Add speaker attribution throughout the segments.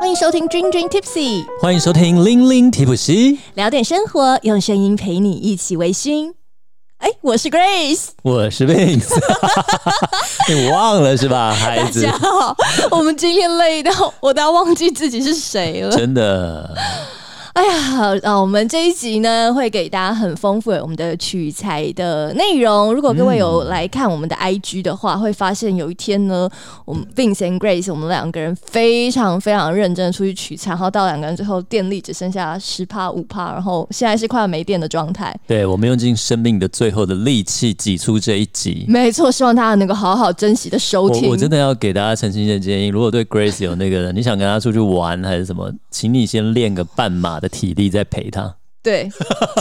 Speaker 1: 欢迎收听《Dream Dream Tipsy》，
Speaker 2: 欢迎收听《零零提普西》，
Speaker 1: 聊点生活，用声音陪你一起微醺。哎，我是 Grace，
Speaker 2: 我是 Vince，你忘了是 吧，孩
Speaker 1: 大
Speaker 2: 子
Speaker 1: 家？好。我们今天累到我都要忘记自己是谁了。
Speaker 2: 真的，
Speaker 1: 哎呀，啊，我们这一集呢会给大家很丰富的我们的取材的内容。如果各位有来看我们的 IG 的话，会发现有一天呢，我们 Vince and Grace 我们两个人非常非常认真的出去取材，然后到两个人最后电力只剩下十帕五帕，然后现在是快要没电的状态。
Speaker 2: 对我们用尽生命的最后的力气挤出这一集。
Speaker 1: 没错，希望大家能够好好珍惜的收
Speaker 2: 我
Speaker 1: 听。
Speaker 2: 我真的要给大家诚心的建议，如果对 Grace 有那个，你想跟她出去玩还是什么，请你先练个半马的体力再陪她。
Speaker 1: 对，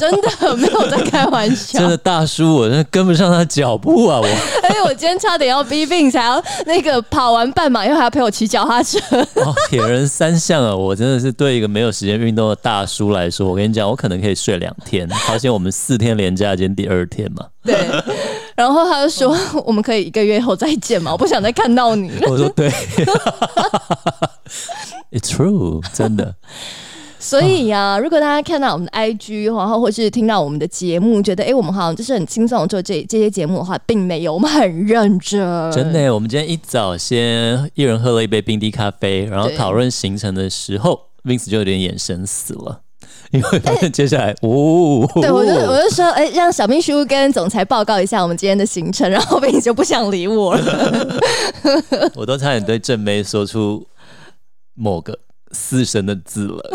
Speaker 1: 真的没有在开玩笑
Speaker 2: 真。的，大叔，我真的跟不上她脚步啊！我
Speaker 1: 而且我今天差点要逼病，才要那个跑完半马，又还要陪我骑脚踏 车。
Speaker 2: 哦，铁人三项啊，我真的是对一个没有时间运动的大叔来说，我跟你讲，我可能可以睡两天。好险我们四天连假，今天第二天嘛。
Speaker 1: 对，然后他就说：“我们可以一个月后再见嘛，我不想再看到你 了。
Speaker 2: 我说对 ，It's true，真 的。”
Speaker 1: 所以呀、如果大家看到我们的 IG，然后或是听到我们的节目，觉得哎、诶我们好像就是很轻松做这这些节目的话，并没有，我们很认真。
Speaker 2: 真
Speaker 1: 哎
Speaker 2: 的耶，我们今天一早先一人喝了一杯冰滴咖啡，然后
Speaker 1: 对
Speaker 2: 讨论行程的时候，Vince 就有点眼神死了， 因为发现接下来，哦，
Speaker 1: 哎对，我就我就说，哎、让小秘书跟总裁报告一下我们今天的行程，然后你就不想理我了。
Speaker 2: 我都差点对正妹说出某个四声的字了。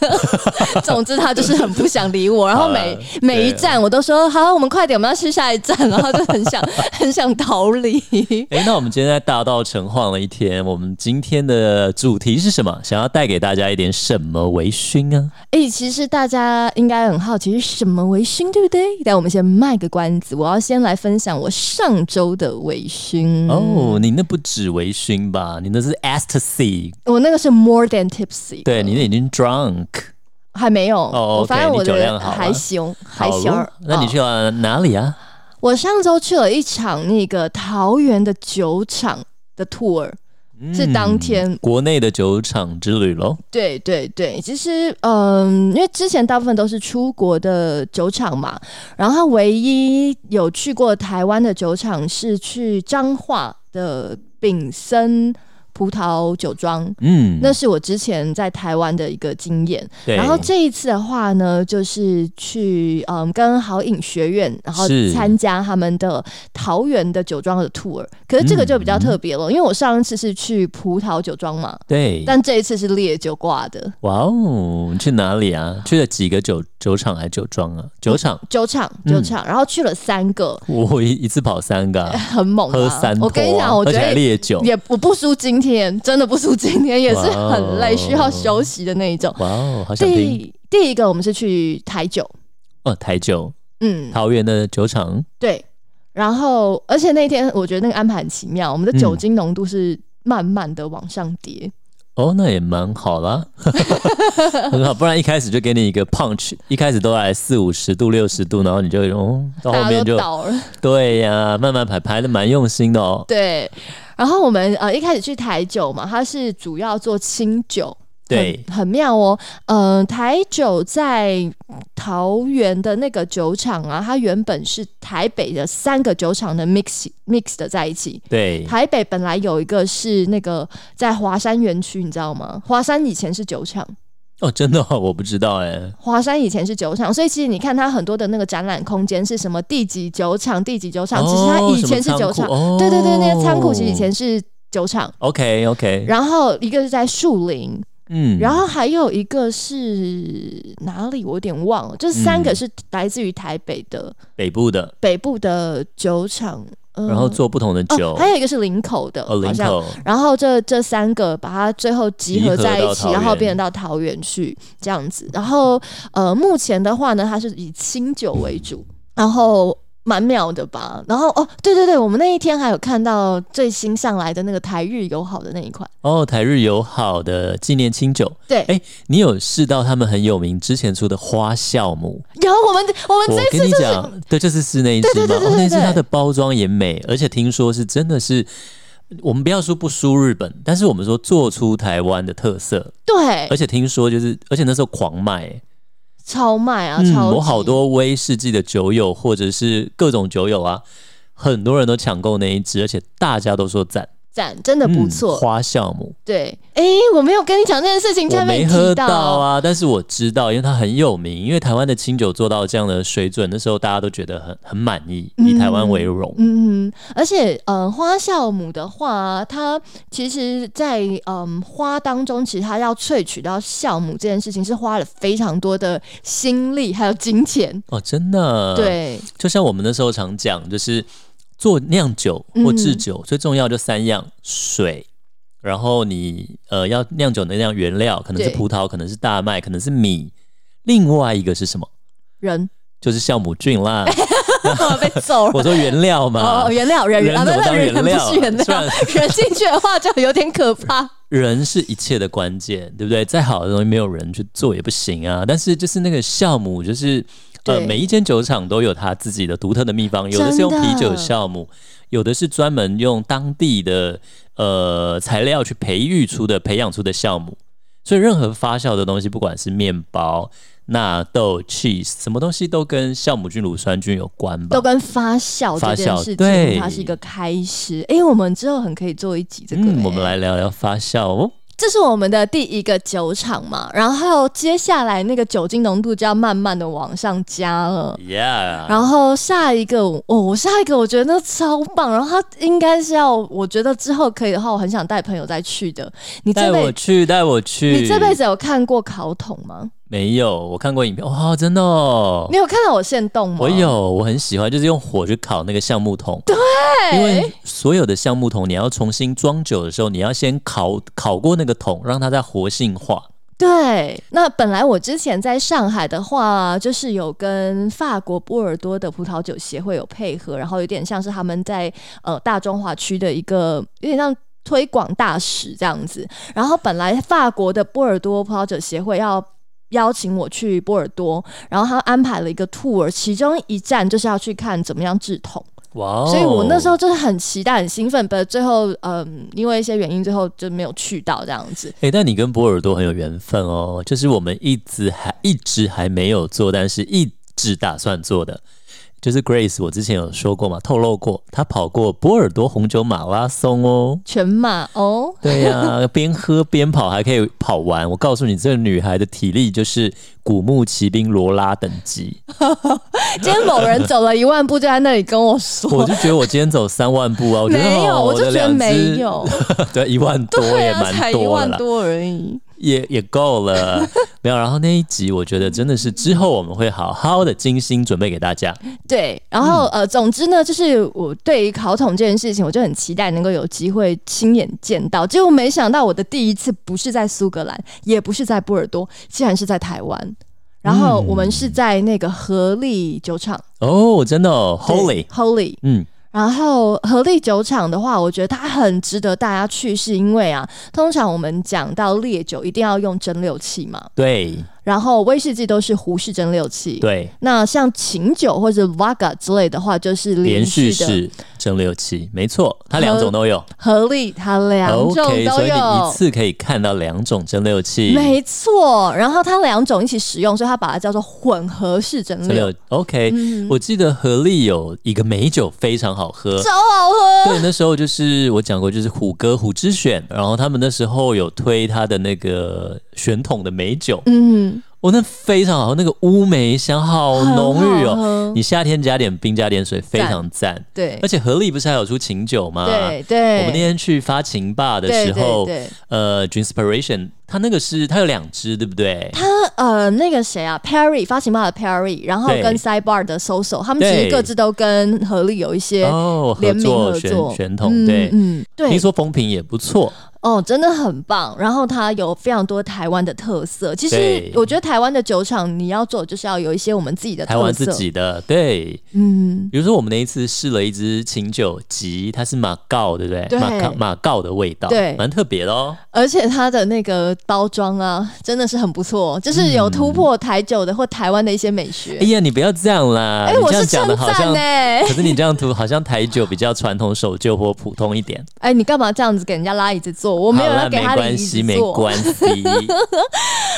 Speaker 1: 总之，他就是很不想理我。然后每
Speaker 2: 好了
Speaker 1: 每一
Speaker 2: 对
Speaker 1: 站我都说好，我们快点，我们要去下一站，然后就很想 很想逃离。
Speaker 2: 哎，那我们今天在大道城晃了一天，我们今天的主题是什么？想要带给大家一点什么微醺啊？
Speaker 1: 哎、其实大家应该很好奇是什么微醺，对不对？但我们先卖个关子，我要先来分享我上周的微醺。
Speaker 2: 哦，你那不止微醺吧？你那是 ecstasy，
Speaker 1: 我那个是 more than tipsy，
Speaker 2: 对你那已经 drunk。
Speaker 1: 还没有。
Speaker 2: 哦
Speaker 1: 我发现
Speaker 2: OK，
Speaker 1: 我
Speaker 2: 你酒量
Speaker 1: 的
Speaker 2: 好啊
Speaker 1: 还行，还行
Speaker 2: 好
Speaker 1: 儿
Speaker 2: 咯。那你
Speaker 1: 哦
Speaker 2: 去了哪里啊？
Speaker 1: 我上周去了一场那个桃园的酒厂的 tour，是当天
Speaker 2: 嗯国内的酒厂之旅喽。
Speaker 1: 对对对，其实嗯，因为之前大部分都是出国的酒厂嘛，然后他唯一有去过台湾的酒厂是去彰化的炳森葡萄酒庄，
Speaker 2: 嗯，
Speaker 1: 那是我之前在台湾的一个经验。
Speaker 2: 对，
Speaker 1: 然后这一次的话呢，就是去嗯跟好饮学院，然后
Speaker 2: 是
Speaker 1: 参加他们的桃园的酒庄的 tour。可是
Speaker 2: 嗯
Speaker 1: 这个就比较特别了，因为我上一次是去葡萄酒庄嘛，
Speaker 2: 对，
Speaker 1: 但这一次是烈酒挂的
Speaker 2: 哇哦，你去哪里啊？去了几个酒酒厂还是酒庄啊？酒厂，
Speaker 1: 酒厂
Speaker 2: 嗯
Speaker 1: 酒厂，然后去了三个，
Speaker 2: 我一一次跑三个啊、
Speaker 1: 很猛、啊，
Speaker 2: 喝三坨啊、
Speaker 1: 我跟你讲，我觉
Speaker 2: 而且还
Speaker 1: 得也。
Speaker 2: 烈酒。
Speaker 1: 也我不输今天，真的不输今天，也是很累，
Speaker 2: 哇哦
Speaker 1: 需要休息的那一种。
Speaker 2: 哇哦，好想听
Speaker 1: 第第一个，我们是去台酒，
Speaker 2: 哦！台酒，
Speaker 1: 嗯，
Speaker 2: 桃园的酒厂，
Speaker 1: 对，然后而且那天我觉得那个安排很奇妙，我们的酒
Speaker 2: 嗯
Speaker 1: 精浓度是慢慢的往上叠，
Speaker 2: 哦，那也蛮好 啦，很好。不然一开始就给你一个 punch，一开始都来四五十度、六十度，然后你就哦，到后
Speaker 1: 大家
Speaker 2: 面
Speaker 1: 都
Speaker 2: 就
Speaker 1: 倒了。
Speaker 2: 对呀、慢慢排排的蛮用心的哦。
Speaker 1: 对，然后我们呃一开始去台酒嘛，它是主要做清酒。
Speaker 2: 对
Speaker 1: 很，很妙哦。呃，台酒在桃园的那个酒厂啊，它原本是台北的三个酒厂的 mix mix 的在一起。
Speaker 2: 对，
Speaker 1: 台北本来有一个是那个在华山园区，你知道吗？华山以前是酒厂，
Speaker 2: 哦，真的、哦，我不知道哎、
Speaker 1: 华山以前是酒厂，所以其实你看它很多的那个展览空间是什么第几酒厂、第几酒厂，其实它
Speaker 2: 哦
Speaker 1: 以前是酒厂。
Speaker 2: 什么仓库哦
Speaker 1: 对对对，那个仓库其实以前是酒厂。
Speaker 2: OK OK，
Speaker 1: 然后一个是在树林，
Speaker 2: 嗯，
Speaker 1: 然后还有一个是哪里？我有点忘了。这三
Speaker 2: 嗯
Speaker 1: 个是来自于台北的
Speaker 2: 北部的，
Speaker 1: 北部的酒厂，嗯
Speaker 2: 然后做不同的酒，
Speaker 1: 哦，还有一个是林口的，
Speaker 2: 哦，
Speaker 1: 好
Speaker 2: 林
Speaker 1: 像。
Speaker 2: 口，
Speaker 1: 然后这这三个把它最后集合在一
Speaker 2: 集
Speaker 1: 起，
Speaker 2: 合到桃园
Speaker 1: 然后变成到桃园去这样子。然后呃，目前的话呢，它是以清酒为主，
Speaker 2: 嗯
Speaker 1: 然后。蛮妙的吧，然后哦，对对对，我们那一天还有看到最新上来的那个台日友好的那一款，
Speaker 2: 哦，台日友好的纪念清酒。
Speaker 1: 对，
Speaker 2: 哎、你有试到他们很有名之前出的花酵母？
Speaker 1: 然后我们我们嗯
Speaker 2: 我
Speaker 1: 这
Speaker 2: 跟你讲，对，就是室内一支
Speaker 1: 对对
Speaker 2: 嘛
Speaker 1: 对对，对
Speaker 2: 哦那一支
Speaker 1: 对
Speaker 2: 它的包装也美，而且听说是真的是。我们不要说不输日本，但是我们说做出台湾的特色，
Speaker 1: 对
Speaker 2: 而，且听说就是，而且那时候狂卖、欸
Speaker 1: 超卖啊，
Speaker 2: 嗯，
Speaker 1: 超
Speaker 2: 我好
Speaker 1: 级
Speaker 2: 多威士忌的酒友或者是各种酒友啊，很多人都抢购那一支，而且大家都说赞，
Speaker 1: 赞，真的不
Speaker 2: 嗯
Speaker 1: 错。
Speaker 2: 花酵母
Speaker 1: 对，哎、我没有跟你讲这件事情，竟
Speaker 2: 我
Speaker 1: 然被
Speaker 2: 没
Speaker 1: 你
Speaker 2: 喝
Speaker 1: 提
Speaker 2: 到啊，但是我知道，因为它很有名，因为台湾的清酒做到这样的水准，那时候大家都觉得很很满意，以台湾为荣。
Speaker 1: 嗯，而且嗯，花酵母的话，它其实在，嗯花当中，其实它要萃取到酵母这件事情，是花了非常多的心力还有金钱。
Speaker 2: 哦，真的，，
Speaker 1: 对，
Speaker 2: 就像我们那时候常讲，就是做酿酒或制酒、
Speaker 1: 嗯
Speaker 2: 最重要就三样：水，然后你呃要酿酒的那样原料，可能是
Speaker 1: 对
Speaker 2: 葡萄，可能是大麦，可能是米，另外一个是什么？
Speaker 1: 人
Speaker 2: 就是酵母菌 啦。
Speaker 1: 被揍了。
Speaker 2: 我说原料嘛，
Speaker 1: 哦哦，原谅人
Speaker 2: 人
Speaker 1: 啊，不
Speaker 2: 怎么
Speaker 1: 是
Speaker 2: 当
Speaker 1: 人，
Speaker 2: 原
Speaker 1: 不
Speaker 2: 料
Speaker 1: 是原
Speaker 2: 虽然
Speaker 1: 谅， 人进去的话就有点可怕。
Speaker 2: 人是一切的关键，对不对？再好的东西没有人去做也不行啊。但是就是那个酵母，就是呃，
Speaker 1: 对
Speaker 2: 每一间酒厂都有它自己的独特的秘方，有的是用
Speaker 1: 真的
Speaker 2: 啤酒酵母，有的是专门用当地的呃材料去培育出的、培养出的酵母。所以任何发酵的东西，不管是面包、纳豆、cheese，什么东西都跟酵母菌、乳酸菌有关吧
Speaker 1: 都？跟发酵这
Speaker 2: 发
Speaker 1: 件
Speaker 2: 酵
Speaker 1: 事情，
Speaker 2: 对
Speaker 1: 它是一个开始。哎、我们之后很可以做一集这个、
Speaker 2: 嗯，
Speaker 1: 诶
Speaker 2: 我们来聊聊发酵哦。
Speaker 1: 这是我们的第一个酒厂嘛，然后接下来那个酒精浓度就要慢慢的往上加了。
Speaker 2: Yeah，
Speaker 1: 然后下一个哦，我下一个我觉得超棒，然后它应该是要，我觉得之后可以的话，我很想带朋友再去的。你
Speaker 2: 带
Speaker 1: 这
Speaker 2: 我
Speaker 1: 辈
Speaker 2: 去，带我去。
Speaker 1: 你这辈子有看过烤桶吗？
Speaker 2: 没有，我看过影片，哇、真的哦
Speaker 1: 你，有看到我现动吗？
Speaker 2: 我。有，我很喜欢，就是用火去烤那个橡木桶，对，因为所有的橡木桶你要重新装酒的时候，你要先烤烤过那个桶，让它再活性化。
Speaker 1: 对，那本来我之前在上海的话，就是有跟法国波尔多的葡萄酒协会有配合，然后有点像是他们在呃大中华区的一个呃有点像。推广大使这样子，然后本来法国的波尔多葡萄酒协会要邀请我去波尔多，然后他安排了一个 tour，其中一站就是要去看怎么样制桶。
Speaker 2: 哇、哦！
Speaker 1: 所以我那时候，就是很期待、很兴奋，但最后嗯，因为一些原因，最后就没有去到这样子。
Speaker 2: 哎、但你跟波尔多很有缘分哦，就是我们一直还一直还没有做，但是一直打算做的。就是 Grace，我之前有说过嘛，透露过，她跑过波尔多红酒马拉松哦。
Speaker 1: 全马哦，
Speaker 2: 对呀、 边喝边跑还可以跑完。我告诉你，这个女孩的体力就是古墓骑兵罗拉等 级。
Speaker 1: 今天某人走了一万步，就在那里跟我
Speaker 2: 我
Speaker 1: 说，
Speaker 2: 就觉得我今天走三万步啊，我觉得
Speaker 1: 没有，
Speaker 2: 哦、
Speaker 1: 我就
Speaker 2: 的
Speaker 1: 觉得
Speaker 2: 两
Speaker 1: 没
Speaker 2: 只，
Speaker 1: 有，
Speaker 2: 对，一万多
Speaker 1: 对
Speaker 2: 也
Speaker 1: 啊，才
Speaker 2: 蛮
Speaker 1: 一
Speaker 2: 多了
Speaker 1: 万
Speaker 2: 啦，
Speaker 1: 多而已。
Speaker 2: 也也够了。 没有，然后那一集我觉得真的是之后我们会好好的精心准备给大家。
Speaker 1: 对，然后、
Speaker 2: 嗯
Speaker 1: 呃，总之呢，就是我对于考桶这件事情，我就很期待能够有机会亲眼见到。结果没想到我的第一次不是在苏格兰，也不是在波尔多，竟然是在台湾。然后我们是在那个合力酒厂、
Speaker 2: 哦，真的、哦、，Holy，
Speaker 1: 对 Holy，
Speaker 2: 嗯，
Speaker 1: 然后合力酒厂的话，我觉得它很值得大家去，是因为啊，通常我们讲到烈酒一定要用蒸馏器嘛，
Speaker 2: 对
Speaker 1: 然后威士忌都是壶式蒸馏器。
Speaker 2: 对，
Speaker 1: 那像琴酒或者 vodka 之类的话，就是
Speaker 2: 连续
Speaker 1: 续的。
Speaker 2: 式蒸馏器，没错，它两种都有。
Speaker 1: 合力它两种
Speaker 2: OK，
Speaker 1: 都
Speaker 2: 所以你
Speaker 1: 有
Speaker 2: 一。次可以看到两种蒸馏器。
Speaker 1: 没错，然后它两种一起使用，所以它把它叫做混合式蒸
Speaker 2: 真的
Speaker 1: 馏，
Speaker 2: 有 OK，、我
Speaker 1: 嗯
Speaker 2: 记得合力有一个美酒非常好喝。
Speaker 1: 超好喝。
Speaker 2: 对，那时候就是我讲过，就是虎哥虎之选，然后他们那时候有推他的那个选桶的美酒，
Speaker 1: 嗯，
Speaker 2: 哦，那非常好喝，那个乌梅香好浓
Speaker 1: 很
Speaker 2: 郁
Speaker 1: 好
Speaker 2: 哦
Speaker 1: 喝，
Speaker 2: 你夏天加点冰加点水，非常赞。
Speaker 1: 对
Speaker 2: 而且合力不是还有出琴酒吗？
Speaker 1: 对对，
Speaker 2: 我们那天去发琴吧的时候，
Speaker 1: 对对对
Speaker 2: 呃，Inspiration，它那个是它有两支，对不对？
Speaker 1: 呃，那个谁啊，Perry 发行吧的 Perry，然后
Speaker 2: 对
Speaker 1: 跟 Sidebar 的 Soso，他们其
Speaker 2: 对
Speaker 1: 实各自都跟合力有一些
Speaker 2: 哦，合
Speaker 1: 联名
Speaker 2: 作
Speaker 1: 合
Speaker 2: 选
Speaker 1: 作，
Speaker 2: 选
Speaker 1: 嗯
Speaker 2: 桶，对。
Speaker 1: 嗯，对
Speaker 2: 听，说风评也不错，
Speaker 1: 哦，真的很棒。然后它有非常多台湾的特色。其实
Speaker 2: 对
Speaker 1: 我觉得台湾的酒厂，你要做就是要有一些我们自己的特色。
Speaker 2: 台湾自己的，对，
Speaker 1: 嗯，
Speaker 2: 比如说我们那一次试了一支清酒吉，它是马告，对不对？
Speaker 1: 对
Speaker 2: 马告马告的味道，
Speaker 1: 对
Speaker 2: 蛮特别的哦。
Speaker 1: 而且它的那个包装啊，真的是很不错，就是有突破台酒的或台湾的一些美学
Speaker 2: 嗯哎。呀，你不要这样啦，
Speaker 1: 哎、
Speaker 2: 你
Speaker 1: 我
Speaker 2: 这
Speaker 1: 是
Speaker 2: 样讲
Speaker 1: 称
Speaker 2: 的好
Speaker 1: 赞
Speaker 2: 像
Speaker 1: 呢。。哎、
Speaker 2: 可是你这样涂，好像台酒比较传统守旧或普通一点。
Speaker 1: 哎你干嘛这样子给人家拉椅子坐？ 我
Speaker 2: 好
Speaker 1: 没有要
Speaker 2: 啦，
Speaker 1: 给
Speaker 2: 没
Speaker 1: 他的椅
Speaker 2: 关
Speaker 1: 子
Speaker 2: 系，没
Speaker 1: 坐。
Speaker 2: 关系。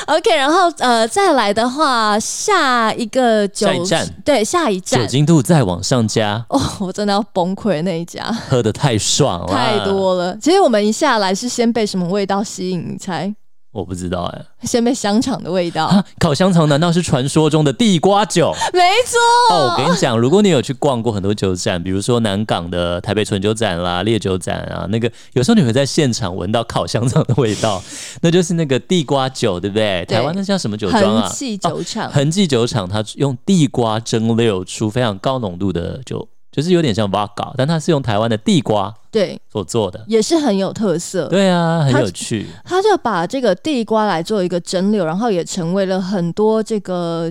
Speaker 1: OK，然后呃，再来的话，下一个酒
Speaker 2: 下一站
Speaker 1: 对下一
Speaker 2: 酒
Speaker 1: 站
Speaker 2: 精度再往上加，
Speaker 1: 哦，我真的要崩溃那一家
Speaker 2: 喝的太爽了，
Speaker 1: 太。多了。其实我们一下来是先被什么味道吸引？你猜？
Speaker 2: 我不知道哎、
Speaker 1: 先被香肠的味道，
Speaker 2: 啊，烤香肠难道是传说中的地瓜酒？
Speaker 1: 没错。
Speaker 2: 哦，我跟你讲，如果你有去逛过很多酒展，比如说南港的台北纯酒展啦、烈酒展啊，那个有时候你会在现场闻到烤香肠的味道， 那就是那个地瓜酒，对不对？
Speaker 1: 对
Speaker 2: 台湾那叫什么酒庄
Speaker 1: 恒
Speaker 2: 啊？
Speaker 1: 记
Speaker 2: 哦
Speaker 1: 酒厂，
Speaker 2: 恒记酒厂它用地瓜蒸馏出非常高浓度的酒，就是有点像 vodka，但它是用台湾的地瓜
Speaker 1: 对，
Speaker 2: 所做的。
Speaker 1: 也是很有特色。
Speaker 2: 对啊，很
Speaker 1: 它
Speaker 2: 有趣。
Speaker 1: 他就把这个地瓜来做一个蒸馏，然后也成为了很多这个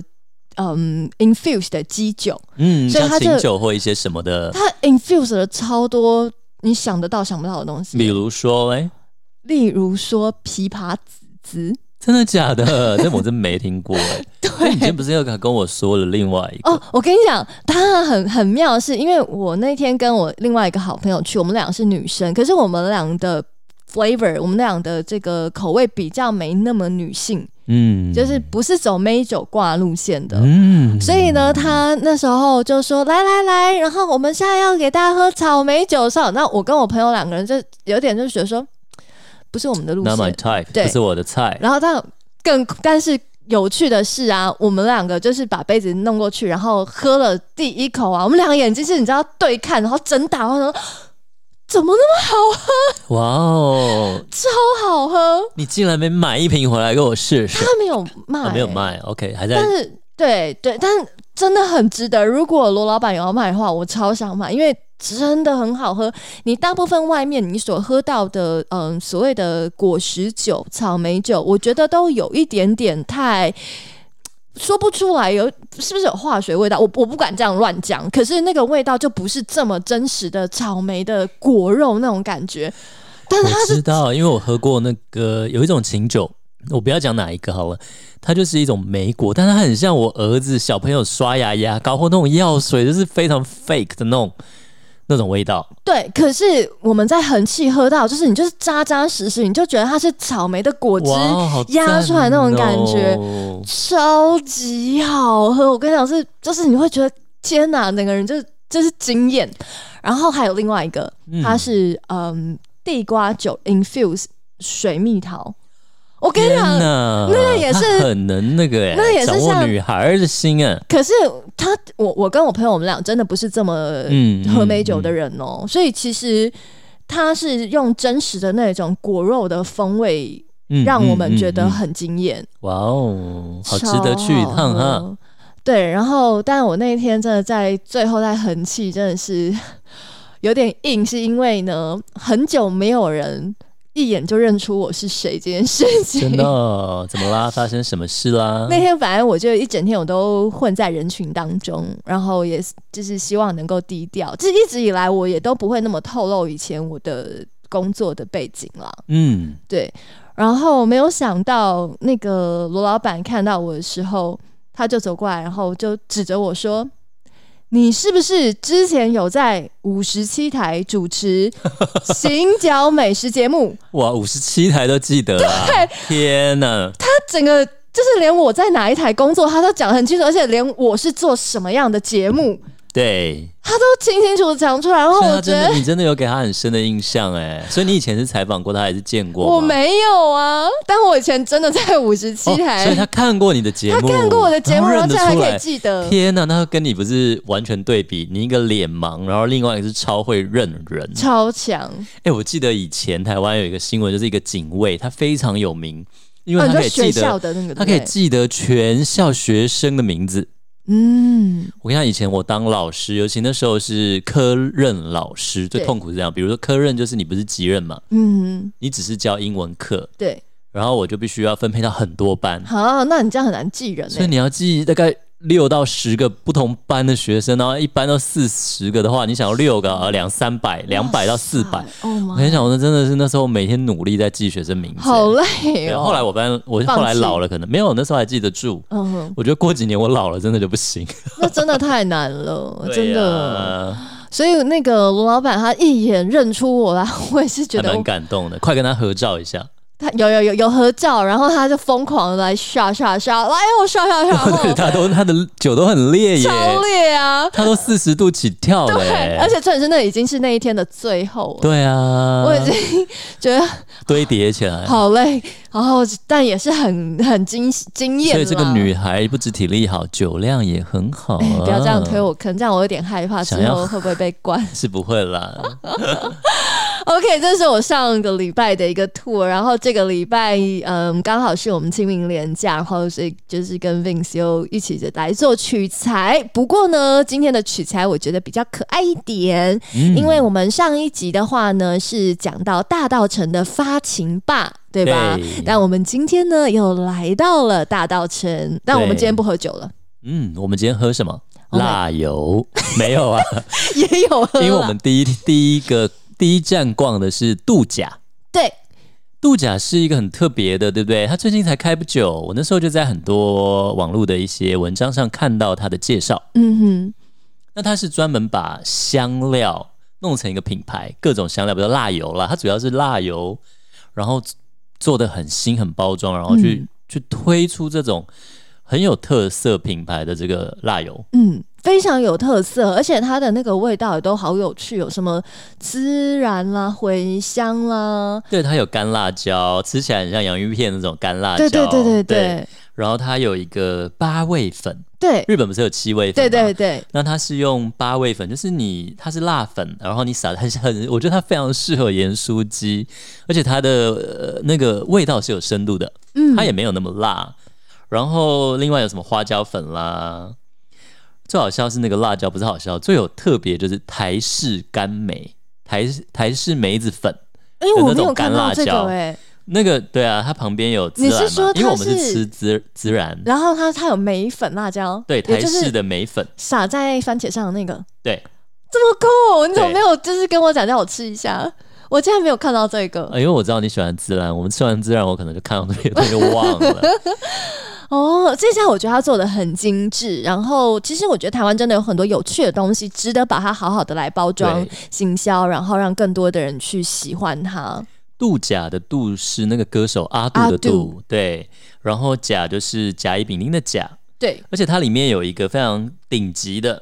Speaker 1: 嗯 infused 的基酒。
Speaker 2: 嗯，
Speaker 1: 所以
Speaker 2: 像
Speaker 1: 它
Speaker 2: 清
Speaker 1: 就
Speaker 2: 酒或一些什么的，
Speaker 1: 它 infused 了超多你想得到想不到的东西，
Speaker 2: 比如说，哎，
Speaker 1: 例如说枇杷籽籽。
Speaker 2: 真的假的？ 这我真没听过 哎。那你今天不是又跟我说了另外一个？
Speaker 1: 哦，我跟你讲，它很很妙的是，因为我那天跟我另外一个好朋友去，我们俩是女生，可是我们俩的 flavor，我们俩的这个口味比较没那么女性，
Speaker 2: 嗯，
Speaker 1: 就是不是走美酒挂路线的。
Speaker 2: 嗯，
Speaker 1: 所以呢，他那时候就说：“来来来，然后我们现在要给大家喝草莓酒上。”那我跟我朋友两个人就有点就觉得说，不是我们的路
Speaker 2: not my
Speaker 1: 线。
Speaker 2: type，
Speaker 1: 对
Speaker 2: 不是我的菜。
Speaker 1: 然后但更但是有趣的是啊，我们两个就是把杯子弄过去，然后喝了第一口啊，我们两个眼睛是你知道对看，然后睁大，然后想说怎么那么
Speaker 2: 哇哦，
Speaker 1: 超好喝？
Speaker 2: 你竟然没买一瓶回来给我试试
Speaker 1: 他？没有欸卖、
Speaker 2: 啊没有，卖，OK，还在
Speaker 1: 但是对对，但是真的很值得。如果罗老板有要卖的话，我超想买，因为。真的很好喝。你大部分外面你所喝到的，嗯，所谓的果实酒、草莓酒，我觉得都有一点点太说不出来有是不是有化学味道？我我不敢这样乱讲，可是那个味道就不是这么真实的草莓的果肉那种感觉。但是它
Speaker 2: 我
Speaker 1: 是
Speaker 2: 知道，因为我喝过那个有一种琴酒，我不要讲哪一个好了，它就是一种梅果，但它很像我儿子小朋友刷牙牙膏或那种药水，就是非常 fake 的那种那种味道。
Speaker 1: 对，可是我们在恒气喝到，就是你就是扎扎实实，你就觉得它是草莓的果汁
Speaker 2: 哇，哦好
Speaker 1: 压出来那种感觉
Speaker 2: 赞哦
Speaker 1: 超级好喝。我跟你讲是，就是你会觉得天哪，整个人就是就是惊艳。然后还有另外一个，
Speaker 2: 嗯
Speaker 1: 它是嗯地瓜酒 infuse 水蜜桃。我跟你
Speaker 2: 天
Speaker 1: 讲，
Speaker 2: 哪，
Speaker 1: 那个也是
Speaker 2: 他很能那个哎、
Speaker 1: 那也是
Speaker 2: 掌握
Speaker 1: 像
Speaker 2: 女孩儿的心啊。
Speaker 1: 可是他我我跟我朋友我们俩真的不是这么
Speaker 2: 嗯，
Speaker 1: 呃喝美酒的
Speaker 2: 人，
Speaker 1: 人哦、所以其实。它是用真实的那种果肉的风味，
Speaker 2: 嗯
Speaker 1: 让我们觉
Speaker 2: 嗯
Speaker 1: 得
Speaker 2: 嗯嗯
Speaker 1: 很惊艳。
Speaker 2: 哇哦，好值得去一趟
Speaker 1: 超好
Speaker 2: 哈。
Speaker 1: 喝。对，然后但我那一天真的在最后在恒气真的是 有点硬，是因为呢很久没有人一眼就认出我是谁这件事情。
Speaker 2: 真的哦、怎么啦？发生什么事啦？
Speaker 1: 那天反正我就一整天我都混在人群当中，然后也是就是希望能够低调。就是一直以来我也都不会那么透露以前我的工作的背景啦。
Speaker 2: 嗯，
Speaker 1: 对，然后没有想到那个罗老板看到我的时候，他就走过来，然后就指着我说：“你是不是之前有在五十七台主 持行脚美食节目
Speaker 2: 哇，五十七台都记得 啊！天哪，？”
Speaker 1: 他整个就是连我在哪一台工作，他都讲得很清楚，而且连我是做什么样的节目，
Speaker 2: 对，
Speaker 1: 他都清清楚楚讲出来。然后
Speaker 2: 所以
Speaker 1: 我
Speaker 2: 他
Speaker 1: 觉
Speaker 2: 真的，
Speaker 1: 得
Speaker 2: 你真的有给他很深的印象哎。所以你以前是采访过他，还是见过吗？
Speaker 1: 我没有啊，但我以前真的在五十七
Speaker 2: 哦
Speaker 1: 台、
Speaker 2: 所以他看过你的节目，
Speaker 1: 看过我的节目，然
Speaker 2: 然
Speaker 1: 后
Speaker 2: 后
Speaker 1: 这
Speaker 2: 认
Speaker 1: 还
Speaker 2: 得出
Speaker 1: 可以
Speaker 2: 来。
Speaker 1: 记得。
Speaker 2: 天呐，那跟你不是完全对比，你一个脸盲，然后另外一个是超会认人。
Speaker 1: 超强，
Speaker 2: 哎、我记得以前台湾有一个新闻，就是一个警卫，他非常有名，因为
Speaker 1: 哦，你
Speaker 2: 他
Speaker 1: 说
Speaker 2: 可以
Speaker 1: 学
Speaker 2: 记得，
Speaker 1: 校的那个，
Speaker 2: 他可
Speaker 1: 对
Speaker 2: 以
Speaker 1: 不对
Speaker 2: 记得全校学生的名字。
Speaker 1: 嗯，
Speaker 2: 我跟你讲，以前我当老师，尤其那时候是科任老师，最
Speaker 1: 对
Speaker 2: 痛苦是这样。比如说科任就是你不是级任嘛，
Speaker 1: 嗯，
Speaker 2: 你只是教英文课，
Speaker 1: 对，
Speaker 2: 然后我就必须要分配到很多班，
Speaker 1: 好，那你这样很难记人呢、
Speaker 2: 所以你要记大概六到十个不同班的学生，然后一班都四十个的话，你想要六个
Speaker 1: 嗯
Speaker 2: 呃两三百，两百到四百。
Speaker 1: 哦
Speaker 2: 我
Speaker 1: 妈
Speaker 2: 跟，你讲，我真的是那时候每天努力在记学生名字。
Speaker 1: 好
Speaker 2: 对
Speaker 1: 累哦。
Speaker 2: 后来我班我
Speaker 1: 放弃
Speaker 2: 后来老了，可能没有那时候还记得住。
Speaker 1: 嗯哼，
Speaker 2: 我觉得过几年我老了，真的就不行。
Speaker 1: 那真的太难了，哦真的。
Speaker 2: 对呀
Speaker 1: 所以那个罗老板他一眼认出我来，我也是觉
Speaker 2: 还
Speaker 1: 得
Speaker 2: 蛮
Speaker 1: 我
Speaker 2: 感动的，快跟他合照一下。
Speaker 1: 他有有有有合照，然后他就疯狂的来刷刷刷，来我刷刷刷，然后
Speaker 2: 对，他都他的酒都很烈耶，
Speaker 1: 超烈啊！
Speaker 2: 他都四十度起跳了
Speaker 1: 对，，
Speaker 2: 耶
Speaker 1: 而且重点是那已经是那一天的最后了，
Speaker 2: 对啊，
Speaker 1: 我已经觉得
Speaker 2: 堆叠起来。
Speaker 1: 好累，然后但也是很 很惊惊艳啦。
Speaker 2: 所以这 个女孩不止体力好，酒量也很好、
Speaker 1: 哎、
Speaker 2: 啊。
Speaker 1: 不要这样推我坑，这样我有点害怕，之
Speaker 2: 想要
Speaker 1: 后会不会被关
Speaker 2: 是不会 啦。
Speaker 1: ？OK，这是我上个礼拜的一个 tour，然后这个礼拜嗯，刚好是我们清明连假，然后是就是跟 Vince 又一起的来做取材。不过呢，今天的取材我觉得比较可爱一点，
Speaker 2: 嗯
Speaker 1: 因为我们上一集的话呢是讲到大道城的发情吧。对吧？
Speaker 2: 对
Speaker 1: 但我们今天呢又来到了大道城，但我们今天不喝酒了，
Speaker 2: 嗯，我们今天喝什么？
Speaker 1: Oh my-
Speaker 2: 辣油 没 有啊？
Speaker 1: 也有喝
Speaker 2: 因
Speaker 1: 了。
Speaker 2: 为我们第一第一个第一站逛的是度假。
Speaker 1: 对
Speaker 2: 度假是一个很特别的，对不对？它最近才开不久，我那时候就在很多网络的一些文章上看到它的介绍。
Speaker 1: 嗯
Speaker 2: 那它是专门把香料弄成一个品牌，各种香料，比如辣油啦，它主要是辣油，然后做的很新、很包装，然后去、
Speaker 1: 嗯
Speaker 2: 去推出这种很有特色品牌的这个辣油。
Speaker 1: 哼，嗯，非常有特色，而且它的那个味道也都好有趣，有什么孜然啦、茴香啦，
Speaker 2: 对，它有干辣椒，吃起来很像洋芋片那种干辣椒。
Speaker 1: 对对对对
Speaker 2: 对
Speaker 1: 对
Speaker 2: 然后它有一个八味粉，
Speaker 1: 对
Speaker 2: 日本不是有七味粉
Speaker 1: 对
Speaker 2: 吗？
Speaker 1: 对对，
Speaker 2: 那它是用八味粉，就是你它是辣粉，然后你撒它是很，我觉得它非常适合盐酥鸡，而且它的、呃、那个味道是有深度的，
Speaker 1: 嗯
Speaker 2: 它也没有那么辣。然后另外有什么花椒粉啦，最好笑是那个辣椒不是好笑，最有特别就是台式干梅，台台式梅子粉。
Speaker 1: 因为我
Speaker 2: 那
Speaker 1: 没有
Speaker 2: 种
Speaker 1: 看
Speaker 2: 干
Speaker 1: 到
Speaker 2: 辣
Speaker 1: 这
Speaker 2: 椒
Speaker 1: 个哎、
Speaker 2: 那个对啊，它旁边有孜
Speaker 1: 你是
Speaker 2: 然嘛
Speaker 1: 说，
Speaker 2: 因为
Speaker 1: 它
Speaker 2: 我们是
Speaker 1: 是
Speaker 2: 吃孜孜然，
Speaker 1: 然后它它有梅粉辣椒，
Speaker 2: 对
Speaker 1: 也
Speaker 2: 台
Speaker 1: 就是
Speaker 2: 式的梅粉，
Speaker 1: 撒在番茄上的那个，
Speaker 2: 对，
Speaker 1: 这么酷，你怎么
Speaker 2: 对
Speaker 1: 没有就是跟我讲让我吃一下？我竟然没有看到这个
Speaker 2: 呃因为我知道你喜欢孜然，我们吃完孜然，我可能就看到那些东西就忘 了。
Speaker 1: 哦，这家我觉得他做的很精致，然后其实我觉得台湾真的有很多有趣的东西，值得把它好好的来包装
Speaker 2: 对、
Speaker 1: 行销，然后让更多的人去喜欢它。
Speaker 2: 杜甲的杜是那个歌手阿杜的
Speaker 1: 阿
Speaker 2: 杜
Speaker 1: 杜，
Speaker 2: 对，然后甲就是甲乙丙丁的甲，
Speaker 1: 对，
Speaker 2: 而且它里面有一个非常顶级的，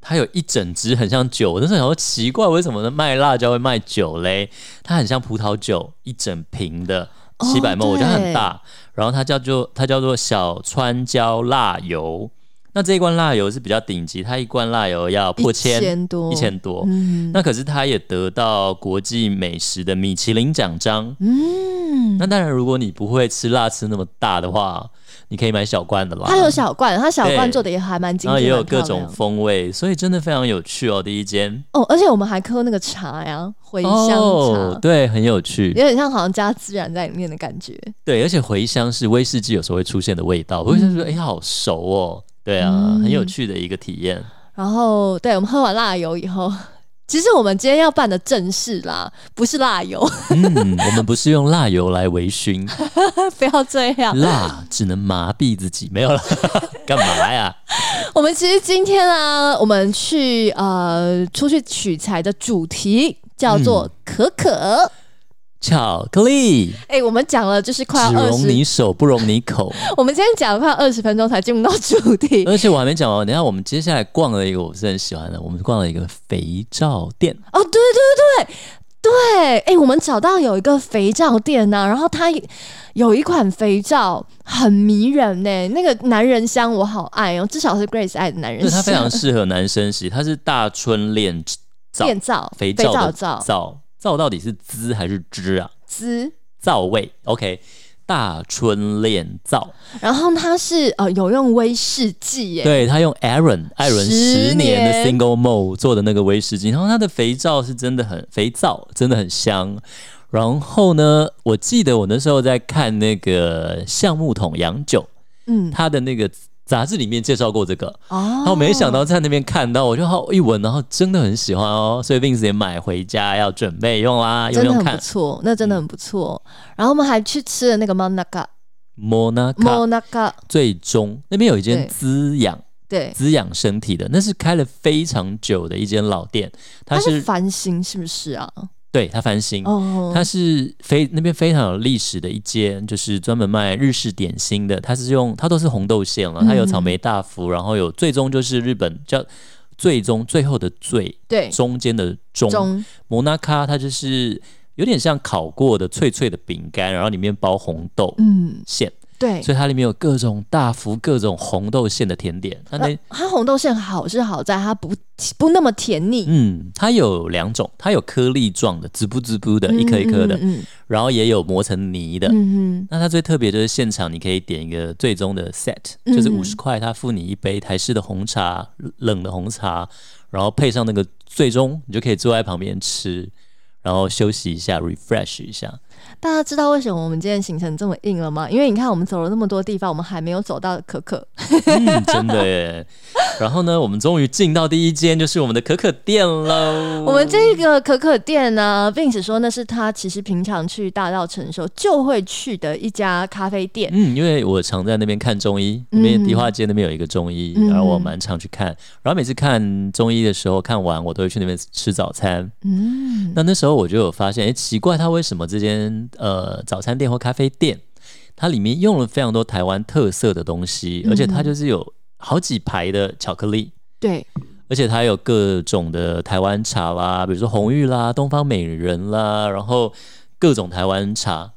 Speaker 2: 它有一整支很像酒，我那时候想说奇怪，为什么卖辣椒会卖酒嘞？它很像葡萄酒，一整瓶的
Speaker 1: 哦
Speaker 2: 七百 ml，、我觉得它很
Speaker 1: 对
Speaker 2: 大，然后它叫做它叫做小川椒辣油。那这一罐辣油是比较顶级，它一罐辣油要破千，
Speaker 1: 1000多
Speaker 2: 一千多。
Speaker 1: 嗯
Speaker 2: 那可是它也得到国际美食的米其林奖章。
Speaker 1: 嗯，
Speaker 2: 那当然，如果你不会吃辣吃那么大的话，你可以买小罐的啦。
Speaker 1: 它有小罐，它小罐
Speaker 2: 对
Speaker 1: 做的也还蛮精
Speaker 2: 然后
Speaker 1: 致，
Speaker 2: 也有
Speaker 1: 蛮漂亮
Speaker 2: 各种风味，所以真的非常有趣哦。第一间
Speaker 1: 哦，而且我们还喝那个茶呀，茴香茶。
Speaker 2: 哦，对，很有趣，
Speaker 1: 有点像好像加孜然在里面的感觉，
Speaker 2: 对，而且茴香是威士忌有时候会出现的味道，我就觉得哎、好熟哦，对啊，
Speaker 1: 嗯
Speaker 2: 很有趣的一个体验。
Speaker 1: 然后对我们喝完辣油以后，其实我们今天要办的正事啦，不是辣油，
Speaker 2: 嗯，我们不是用辣油来微醺，
Speaker 1: 不要这样。
Speaker 2: 辣只能麻痹自己，没有啦， 干嘛呀？
Speaker 1: 我们其实今天啊，我们去呃出去取材的主题叫做
Speaker 2: 嗯
Speaker 1: 可可。
Speaker 2: 巧克力。
Speaker 1: 哎、我们讲了就是快
Speaker 2: 只
Speaker 1: 二
Speaker 2: 容
Speaker 1: 十，
Speaker 2: 你手，不容你口。
Speaker 1: 我们今天讲了快二十分钟才进入到主题。
Speaker 2: 而且我还没讲完，等一下我们接下来逛了一个我是很喜欢的，我们逛了一个肥皂 店，
Speaker 1: 哦，对对对对，哎、我们找到有一个肥皂店呐、然后它有一款肥皂很迷人呢、那个男人香我好爱哦，至少是 Grace 爱的男人
Speaker 2: 对，它
Speaker 1: 香。
Speaker 2: 非常适合男生洗，它是大春恋皂
Speaker 1: 变皂、
Speaker 2: 肥
Speaker 1: 皂
Speaker 2: 皂的
Speaker 1: 皂
Speaker 2: 皂皂到底是滋还是汁啊？
Speaker 1: 滋，
Speaker 2: 皂味，OK，大春炼造，
Speaker 1: 然后它是呃有用威士忌耶，
Speaker 2: 对他用 Aaron 艾伦
Speaker 1: 十
Speaker 2: 十年的
Speaker 1: 年
Speaker 2: Single Mo 做的那个威士忌，然后它的肥皂是真的很肥皂，真的很香。然后呢，我记得我那时候在看那个橡木桶洋酒，
Speaker 1: 嗯，
Speaker 2: 它的那个杂志里面介绍过这个，
Speaker 1: 哦
Speaker 2: 然后没想到在那边看到，我就好一闻，然后真的很喜欢哦，所以 Vince 也买回家要准备用啦，
Speaker 1: 真
Speaker 2: 用
Speaker 1: 的
Speaker 2: 用
Speaker 1: 很不
Speaker 2: 看。
Speaker 1: 错，那真的很不错。然后我们还去吃了那个 Monaca
Speaker 2: 嗯 Monaca
Speaker 1: Monaca，
Speaker 2: 最终那边有
Speaker 1: 对
Speaker 2: 一间滋养
Speaker 1: 对，
Speaker 2: 滋养身体的，那是开了非常久的一间老店，它
Speaker 1: 它是
Speaker 2: 是
Speaker 1: 繁星是不是啊？
Speaker 2: 对它翻新，
Speaker 1: 哦，
Speaker 2: 它是非那边非常有历史的一间，就是专门卖日式点心的。它是用它都是红豆馅了，它有草莓大福，然后有最终就是日本叫最终最后的最
Speaker 1: 对
Speaker 2: 中间的中
Speaker 1: 中
Speaker 2: 摩纳卡，它就是有点像烤过的脆脆的饼干，然后里面包红豆
Speaker 1: 嗯
Speaker 2: 馅，
Speaker 1: 对。
Speaker 2: 所以它里面有各种大福、各种红豆馅的甜点。它 那
Speaker 1: 那它红豆馅好是好在它不不那么甜腻，
Speaker 2: 嗯，它有两种，它有颗粒状的，滋补滋补的，一颗一颗的，
Speaker 1: 嗯
Speaker 2: 然后也有磨成泥的。
Speaker 1: 嗯嗯
Speaker 2: 那它最特别就是现场，你可以点一个最终的 set，
Speaker 1: 嗯
Speaker 2: 就是五十块，它付你一杯台式的红茶，冷的红茶，然后配上那个最终，你就可以坐在旁边吃，然后休息一下，refresh 一下。
Speaker 1: 嗯，大家知道为什么我们今天行程这么硬了吗？因为你看我们走了那么多地方，我们还没有走到可可，
Speaker 2: 嗯，真的耶。然后呢，我们终于进到第一间，就是我们的可可店喽。
Speaker 1: 我们这个可可店呢，并且说那是他其实平常去大道城的时候就会去的一家咖啡店。
Speaker 2: 嗯，因为我常在那边看中医，那边迪化街那边有一个中医，
Speaker 1: 嗯
Speaker 2: 然后我蛮常去看。然后每次看中医的时候，看完我都会去那边吃早餐。
Speaker 1: 嗯，
Speaker 2: 那那时候我就有发现，哎，奇怪，他为什么这间呃早餐店或咖啡店，它里面用了非常多台湾特色的东西，而且
Speaker 1: 嗯
Speaker 2: 它就是有好几排的巧克力。
Speaker 1: 对，
Speaker 2: 而且它有各种的台湾茶啦，比如说红玉啦、东方美人啦，然后各种台湾茶。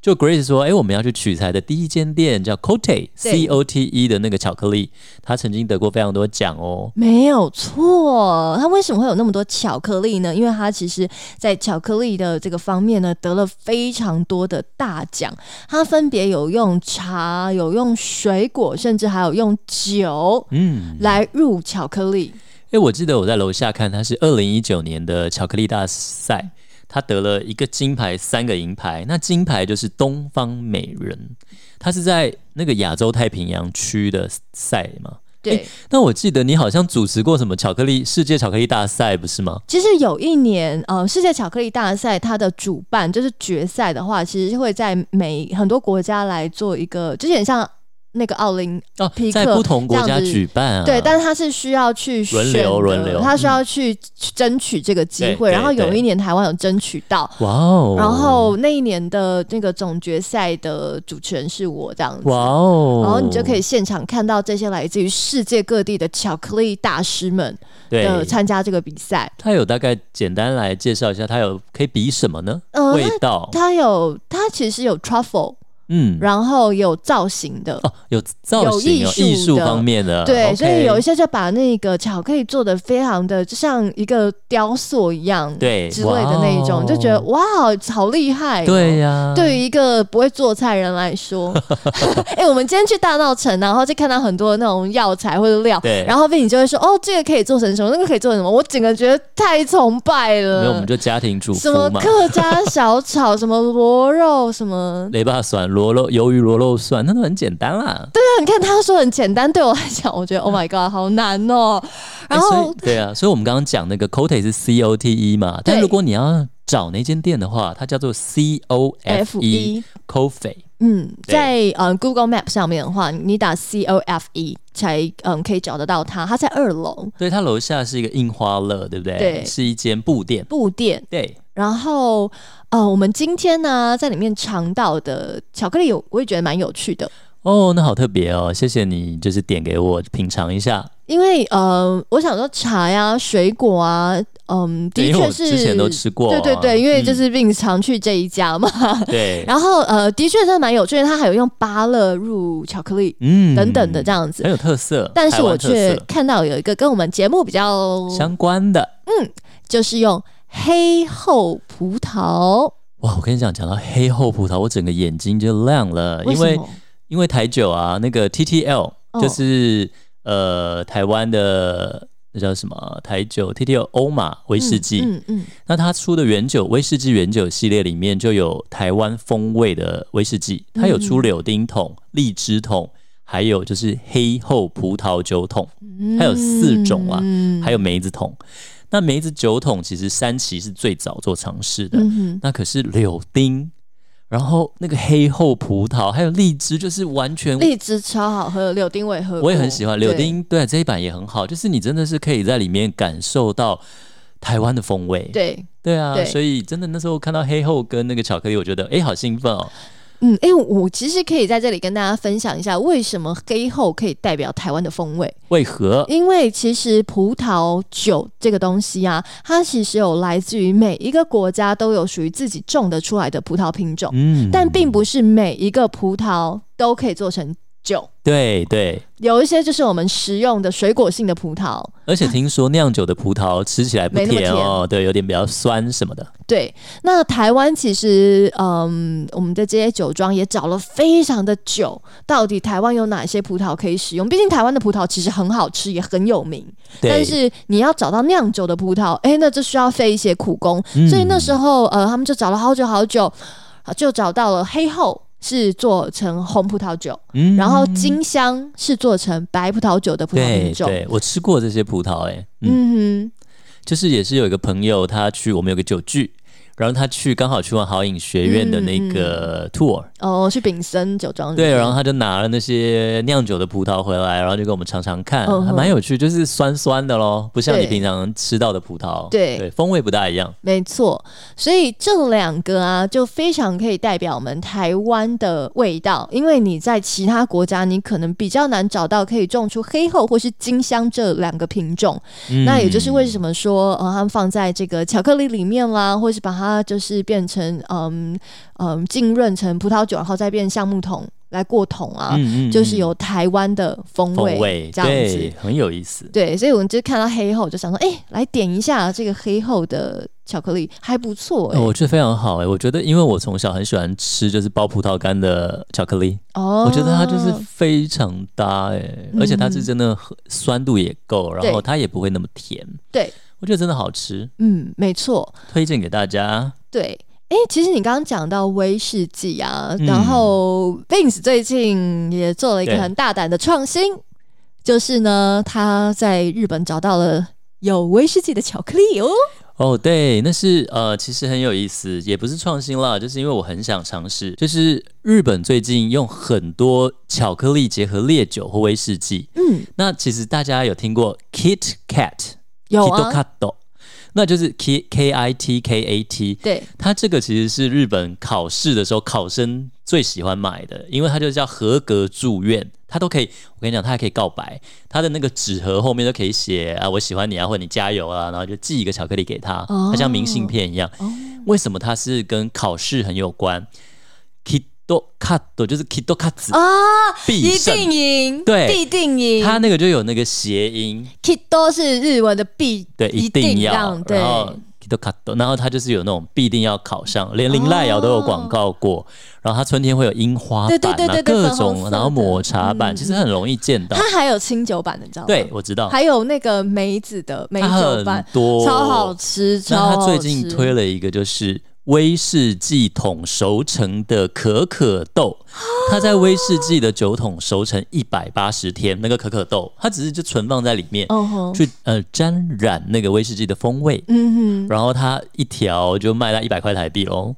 Speaker 2: 就 Grace 说，哎、我们要去取材的第一间店叫 Cote C O T E 的那个巧克力，它曾经得过非常多奖哦。
Speaker 1: 没有错。它为什么会有那么多巧克力呢？因为它其实在巧克力的这个方面呢，得了非常多的大奖。它分别有用茶，有用水果，甚至还有用酒
Speaker 2: 嗯，
Speaker 1: 来入巧克力。
Speaker 2: 哎、我记得我在楼下看，它是二零一九年的巧克力大赛，它得了一个金牌、三个银牌。那金牌就是东方美人，它是在那个亚洲太平洋区的赛嘛。
Speaker 1: 对，
Speaker 2: 诶那我记得你好像主持过什么巧克力世界巧克力大赛，不是吗？
Speaker 1: 其实有一年，呃，世界巧克力大赛它的主办就是决赛的话，其实会在每很多国家来做一个，就有点像那个奥林，
Speaker 2: 哦
Speaker 1: 皮，克
Speaker 2: 在不同国
Speaker 1: 这
Speaker 2: 家
Speaker 1: 样子
Speaker 2: 举办啊。
Speaker 1: 对，但是它是需要去选
Speaker 2: 轮流
Speaker 1: 的
Speaker 2: 轮流嗯
Speaker 1: 它需要去争取这个机
Speaker 2: 对
Speaker 1: 会。
Speaker 2: 对
Speaker 1: 然后有
Speaker 2: 对
Speaker 1: 一年台湾有争取到，
Speaker 2: 哇哦，
Speaker 1: 然后那一年的那个总决赛的主持人是我这样子。
Speaker 2: 哇哦，
Speaker 1: 然后你就可以现场看到这些来自于世界各地的巧克力大师们
Speaker 2: 对。
Speaker 1: 的呃参加这个比赛。
Speaker 2: 它有大概简单来介绍一下，它有可以比什么呢？
Speaker 1: 呃
Speaker 2: 味道，
Speaker 1: 它有，它其实有 truffle，
Speaker 2: 嗯，
Speaker 1: 然后有造型的。
Speaker 2: 哦，有造型哦，
Speaker 1: 有艺术的
Speaker 2: 艺术方面的，
Speaker 1: 对
Speaker 2: OK
Speaker 1: 所以有一些就把那个巧克力做的非常的，就像一个雕塑一样，
Speaker 2: 对
Speaker 1: 之类的那一种，
Speaker 2: 哇哦
Speaker 1: 就觉得哇，好厉害、哦
Speaker 2: 对、呀、
Speaker 1: 对于一个不会做菜人来 说，哎、我们今天去大稻城，然后就看到很多那种药材或者料，
Speaker 2: 对
Speaker 1: 然后被你就会说，哦，这个可以做成什么，那个可以做成什么，我整个觉得太崇拜了。
Speaker 2: 没有我们就家庭主
Speaker 1: 什
Speaker 2: 妇
Speaker 1: 么
Speaker 2: 嘛，
Speaker 1: 客家小炒， 什么螺肉，什么
Speaker 2: 雷霸蒜、螺肉、鱿鱼螺肉蒜，那都很简单啦。对，
Speaker 1: 那你看他说很简单，对我来讲，我觉得 Oh my God，好难哦。然
Speaker 2: 所
Speaker 1: 后
Speaker 2: 以对啊，所以我们刚刚讲那个 Cote 是 C O T E 嘛，但
Speaker 1: 对
Speaker 2: 如果你要找那间店的话，它叫做 C O F
Speaker 1: F
Speaker 2: E。
Speaker 1: E，
Speaker 2: Coffee，
Speaker 1: 嗯，
Speaker 2: 对
Speaker 1: 在呃 Google Map 上面的话，你打 C O F E 才嗯可以找得到它，它在二楼
Speaker 2: 所以它楼下是一个印花乐，对不对？
Speaker 1: 对
Speaker 2: 是一间布店。
Speaker 1: 布店。
Speaker 2: 对，
Speaker 1: 然后呃，我们今天呢在里面尝到的巧克力有，我也觉得蛮有趣的。
Speaker 2: 哦，那好特别哦，谢谢你，就是点给我品尝一下。
Speaker 1: 因为呃，我想说茶呀、水果啊，嗯，
Speaker 2: 对
Speaker 1: 的
Speaker 2: 因为
Speaker 1: 确
Speaker 2: 我
Speaker 1: 是，
Speaker 2: 之前都吃过啊
Speaker 1: 对对对，因为就
Speaker 2: 嗯
Speaker 1: 是并常去这一家嘛，
Speaker 2: 对，
Speaker 1: 然后呃，的确真的蛮有趣的，它还有用芭乐入巧克力
Speaker 2: 嗯
Speaker 1: 等等的这样子。
Speaker 2: 很有特色。
Speaker 1: 但是
Speaker 2: 台湾
Speaker 1: 我
Speaker 2: 特
Speaker 1: 却
Speaker 2: 色
Speaker 1: 看到有一个跟我们节目比较，
Speaker 2: 相关的
Speaker 1: 就是用黑厚葡萄
Speaker 2: 哇，我跟你讲，讲到黑厚葡萄，我整个眼睛就亮了，因
Speaker 1: 什
Speaker 2: 为
Speaker 1: 么
Speaker 2: 因为台酒啊，那个 TTL
Speaker 1: 哦
Speaker 2: 就是、呃台湾的那叫什么台酒 TTL 欧玛威士忌，
Speaker 1: 嗯嗯，
Speaker 2: 那它出的原酒威士忌原酒系列里面就有台湾风味的威士忌，
Speaker 1: 嗯
Speaker 2: 它有出柳丁桶、荔枝桶，还有就是黑厚葡萄酒桶，
Speaker 1: 嗯
Speaker 2: 它有四种啊
Speaker 1: 嗯
Speaker 2: 还有梅子桶。那梅子酒桶其实三旗是最早做尝试的，
Speaker 1: 嗯哼
Speaker 2: 那可是柳丁，然后那个黑厚葡萄还有荔枝，就是完全
Speaker 1: 荔枝超好喝，柳丁我也喝过，
Speaker 2: 我也很喜欢柳
Speaker 1: 对
Speaker 2: 丁，对这一版也很好，就是你真的是可以在里面感受到台湾的风味，
Speaker 1: 对，
Speaker 2: 对啊，
Speaker 1: 对
Speaker 2: 所以真的那时候看到黑厚跟那个巧克力，我觉得哎、诶好兴奋哦，
Speaker 1: 嗯，哎、我其实可以在这里跟大家分享一下，为什么黑后可以代表台湾的风味。
Speaker 2: 为何？
Speaker 1: 因为其实葡萄酒这个东西啊，它其实有来自于每一个国家都有属于自己种得出来的葡萄品种，
Speaker 2: 嗯
Speaker 1: 但并不是每一个葡萄都可以做成酒。
Speaker 2: 对对，
Speaker 1: 有一些就是我们食用的水果性的葡萄，
Speaker 2: 而且听说酿酒的葡萄吃起来不
Speaker 1: 没那么
Speaker 2: 甜哦，对，有点比较酸什么的，
Speaker 1: 对，那台湾其实，嗯，我们的这些酒庄也找了非常的久，到底台湾有哪些葡萄可以使用？毕竟台湾的葡萄其实很好吃，也很有名。
Speaker 2: 对，
Speaker 1: 但是你要找到酿酒的葡萄，哎、那就需要费一些苦功。
Speaker 2: 嗯
Speaker 1: 所以那时候，呃，他们就找了好久好久，啊就找到了黑后是做成红葡萄酒，
Speaker 2: 嗯
Speaker 1: 然后金香是做成白葡萄酒的葡萄
Speaker 2: 对
Speaker 1: 品种。
Speaker 2: 对，我吃过这些葡萄、诶，嗯
Speaker 1: 嗯
Speaker 2: 就是也是有一个朋友，他去我们有个酒聚，然后他去刚好去完好饮学院的那个 tour，、
Speaker 1: 哼，哦，是丙森酒庄。
Speaker 2: 对，然后他就拿了那些酿酒的葡萄回来，然后就给我们尝尝看，
Speaker 1: 嗯哼
Speaker 2: 还蛮有趣，就是酸酸的咯，不像你
Speaker 1: 对
Speaker 2: 平常吃到的葡萄，
Speaker 1: 对
Speaker 2: 风味不大一样。
Speaker 1: 没错，所以这两个啊，就非常可以代表我们台湾的味道，因为你在其他国家，你可能比较难找到可以种出黑后或是金香这两个品种。
Speaker 2: 嗯
Speaker 1: 那也就是为什么说，呃，他们放在这个巧克力里面啦，或是把它就是变成，嗯嗯，浸润成葡萄酒，然后再变橡木桶来过桶啊，
Speaker 2: 嗯嗯
Speaker 1: 就是
Speaker 2: 嗯
Speaker 1: 有台湾的风味，
Speaker 2: 风味，
Speaker 1: 这样子
Speaker 2: 对，。很有意思。
Speaker 1: 对，所以我们就看到黑后，就想说，哎、来点一下这个黑后的巧克力，还不错、
Speaker 2: 哦
Speaker 1: 哎、
Speaker 2: 我觉得非常好哎、我觉得因为我从小很喜欢吃就是包葡萄干的巧克力，
Speaker 1: 哦嗯
Speaker 2: 我觉得它就是非常搭哎、而且它是真的很酸度也够，然后
Speaker 1: 对
Speaker 2: 它也不会那么甜。
Speaker 1: 对，
Speaker 2: 我觉得真的好吃，
Speaker 1: 嗯，没错，
Speaker 2: 推荐给大家。
Speaker 1: 对。哎、其实你刚刚讲到威士忌啊，
Speaker 2: 嗯
Speaker 1: 然后 Vince 最近也做了一个
Speaker 2: 对
Speaker 1: 很大胆的创新，就是呢，他在日本找到了有威士忌的巧克力哦。
Speaker 2: 哦，对，那是呃，其实很有意思，也不是创新啦，就是因为我很想尝试，就是日本最近用很多巧克力结合烈酒或威士忌。
Speaker 1: 嗯，
Speaker 2: 那其实大家有听过 Kit Kat，
Speaker 1: 有
Speaker 2: Kit
Speaker 1: 啊，
Speaker 2: Kat，那就是 K K I T K A T，
Speaker 1: 对，
Speaker 2: 它这个其实是日本考试的时候考生最喜欢买的，因为它就叫合格祝愿，它都可以。我跟你讲，它还可以告白，它的那个纸盒后面都可以写 啊，我喜欢你啊，或者你加油啊，然后就寄一个巧克力给他，
Speaker 1: 哦
Speaker 2: 它像明信片一样。
Speaker 1: 哦
Speaker 2: 为什么它是跟考试很有关？Kido Kat 就是 Kido Kat 子
Speaker 1: 啊，
Speaker 2: 必
Speaker 1: 一
Speaker 2: 胜。
Speaker 1: 定赢，
Speaker 2: 对
Speaker 1: 必定赢。
Speaker 2: 它那个就有那个谐音，
Speaker 1: Kido 是日文的必，
Speaker 2: 对，一
Speaker 1: 一
Speaker 2: 定要
Speaker 1: 让，。对哦
Speaker 2: 然，后 Kido Kato，然后他就是有那种必定要考上，连林濑遥都有广告过。然后他春天会有樱花
Speaker 1: 对
Speaker 2: 版
Speaker 1: 对
Speaker 2: 啊
Speaker 1: 对对，对
Speaker 2: 各
Speaker 1: 粉红
Speaker 2: 种，
Speaker 1: 色
Speaker 2: 然后
Speaker 1: 的
Speaker 2: 抹茶版，其实很容易见到。
Speaker 1: 它还有清酒版的，你知道吗？
Speaker 2: 对，，我知道，
Speaker 1: 还有那个梅子的梅
Speaker 2: 它
Speaker 1: 酒
Speaker 2: 很
Speaker 1: 版，
Speaker 2: 多，
Speaker 1: 超好。吃，超
Speaker 2: 那
Speaker 1: 好
Speaker 2: 他
Speaker 1: 吃。
Speaker 2: 最近推了一个就是。威士忌桶熟成的可可豆，它在威士忌的酒桶熟成一百八十天，那个可可豆，它只是就存放在里面，
Speaker 1: 哦吼，
Speaker 2: 去呃沾染那个威士忌的风味。
Speaker 1: 嗯哼，
Speaker 2: 然后它一条就卖到一百块台币喽。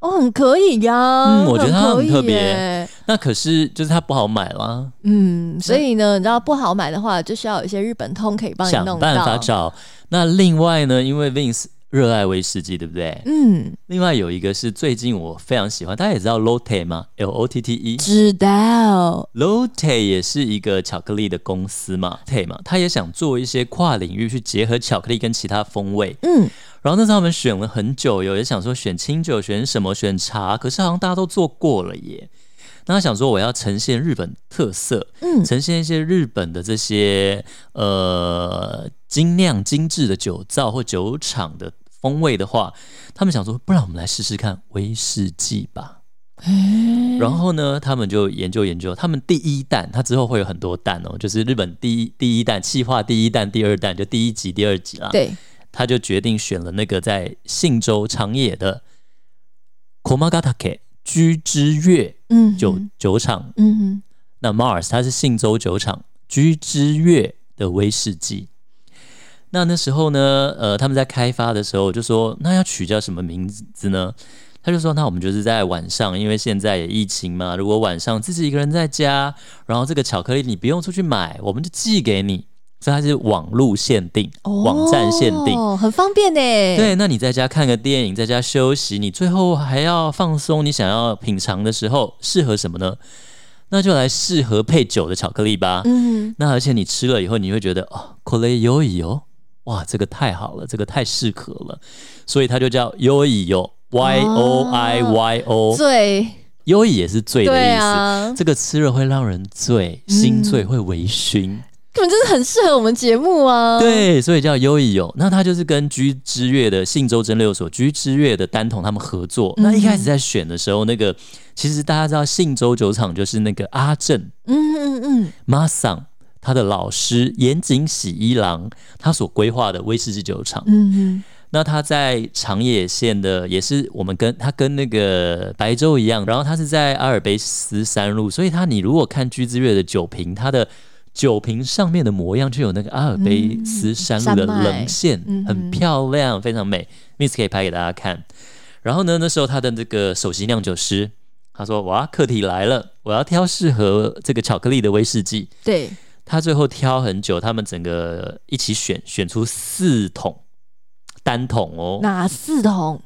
Speaker 1: 哦，很可以呀、
Speaker 2: 嗯我觉得它很
Speaker 1: 可以
Speaker 2: 特别
Speaker 1: 耶
Speaker 2: 那可是就是它不好买啦，
Speaker 1: 嗯，所以呢，你知道不好买的话，就需要有一些日本通可以帮你
Speaker 2: 想
Speaker 1: 哦弄
Speaker 2: 办法
Speaker 1: 到。
Speaker 2: 找。那另外呢，因为 Vince 热爱威士忌，对不对？
Speaker 1: 嗯，
Speaker 2: 另外有一个是最近我非常喜欢，大家也知道 Lotte 吗？L O T T E。
Speaker 1: 知道
Speaker 2: Lotte 也是一个巧克力的公司嘛，Lotte 嘛，他也想做一些跨领域去结合巧克力跟其他风味。
Speaker 1: 嗯，
Speaker 2: 然后那时候他们选了很久，有人想说选清酒、选什么、选茶，可是好像大家都做过了耶。那他想说我要呈现日本特色，
Speaker 1: 嗯
Speaker 2: 呈现一些日本的这些呃精酿精致的酒造或酒厂的风味的话，他们想说，不然我们来试试看威士忌吧。然后呢，他们就研究研究，他们第一弹，它之后会有很多弹哦，就是日本第一第一弹气化第一弹、第二弹，就第一集、第二集啦。，
Speaker 1: 对，
Speaker 2: 他就决定选了那个在信州长野的 Komagatake 居之月
Speaker 1: 嗯，
Speaker 2: 酒、酒厂。
Speaker 1: 嗯哼，
Speaker 2: 那 Mars 它是信州酒厂居之月的威士忌。那那时候呢，呃，他们在开发的时候就说，那要取叫什么名字呢？他就说，那我们就是在晚上，因为现在也疫情嘛，如果晚上自己一个人在家，然后这个巧克力你不用出去买，我们就寄给你，所以它是网路限定，
Speaker 1: 哦
Speaker 2: 网站限定。
Speaker 1: 很方便呢。
Speaker 2: 对，那你在家看个电影，在家休息，你最后还要放松，你想要品尝的时候，适合什么呢？那就来适合配酒的巧克力吧。
Speaker 1: 嗯，
Speaker 2: 那而且你吃了以后，你会觉得哦，可乐优以哦，哇，这个太好了，这个太适合了，所以它就叫优以哟，Y O I Y O，
Speaker 1: 醉，
Speaker 2: 优以也是醉哦的
Speaker 1: 哦对
Speaker 2: 意思。
Speaker 1: 啊，嗯
Speaker 2: 这个吃了会让人醉，心醉会微醺。
Speaker 1: 根本就是很适合我们节目啊。，
Speaker 2: 对，所以叫优以友。那他就是跟居之月的信州蒸馏所、居之月的单桶他们合作。那一开始在选的时候，那个其实大家知道信州酒厂就是那个阿正
Speaker 1: 嗯嗯嗯，
Speaker 2: 马桑他的老师岩井喜一郎他所规划的威士忌酒厂。
Speaker 1: 嗯
Speaker 2: 那他在长野县的也是我们跟他跟那个白州一样，然后他是在阿尔卑斯山路，所以他你如果看居之月的酒瓶，它的酒瓶上面的模样就有那个阿尔卑斯山路的棱线，
Speaker 1: 嗯山脉嗯哼
Speaker 2: 很漂亮，非常美。Miss 可以拍给大家看。然后呢，那时候他的这个首席酿酒师他说：“哇，课题来了，我要挑适合这个巧克力的威士忌。”
Speaker 1: 对，
Speaker 2: 他最后挑很久，他们整个一起选选出四桶单桶哦，
Speaker 1: 哪四桶？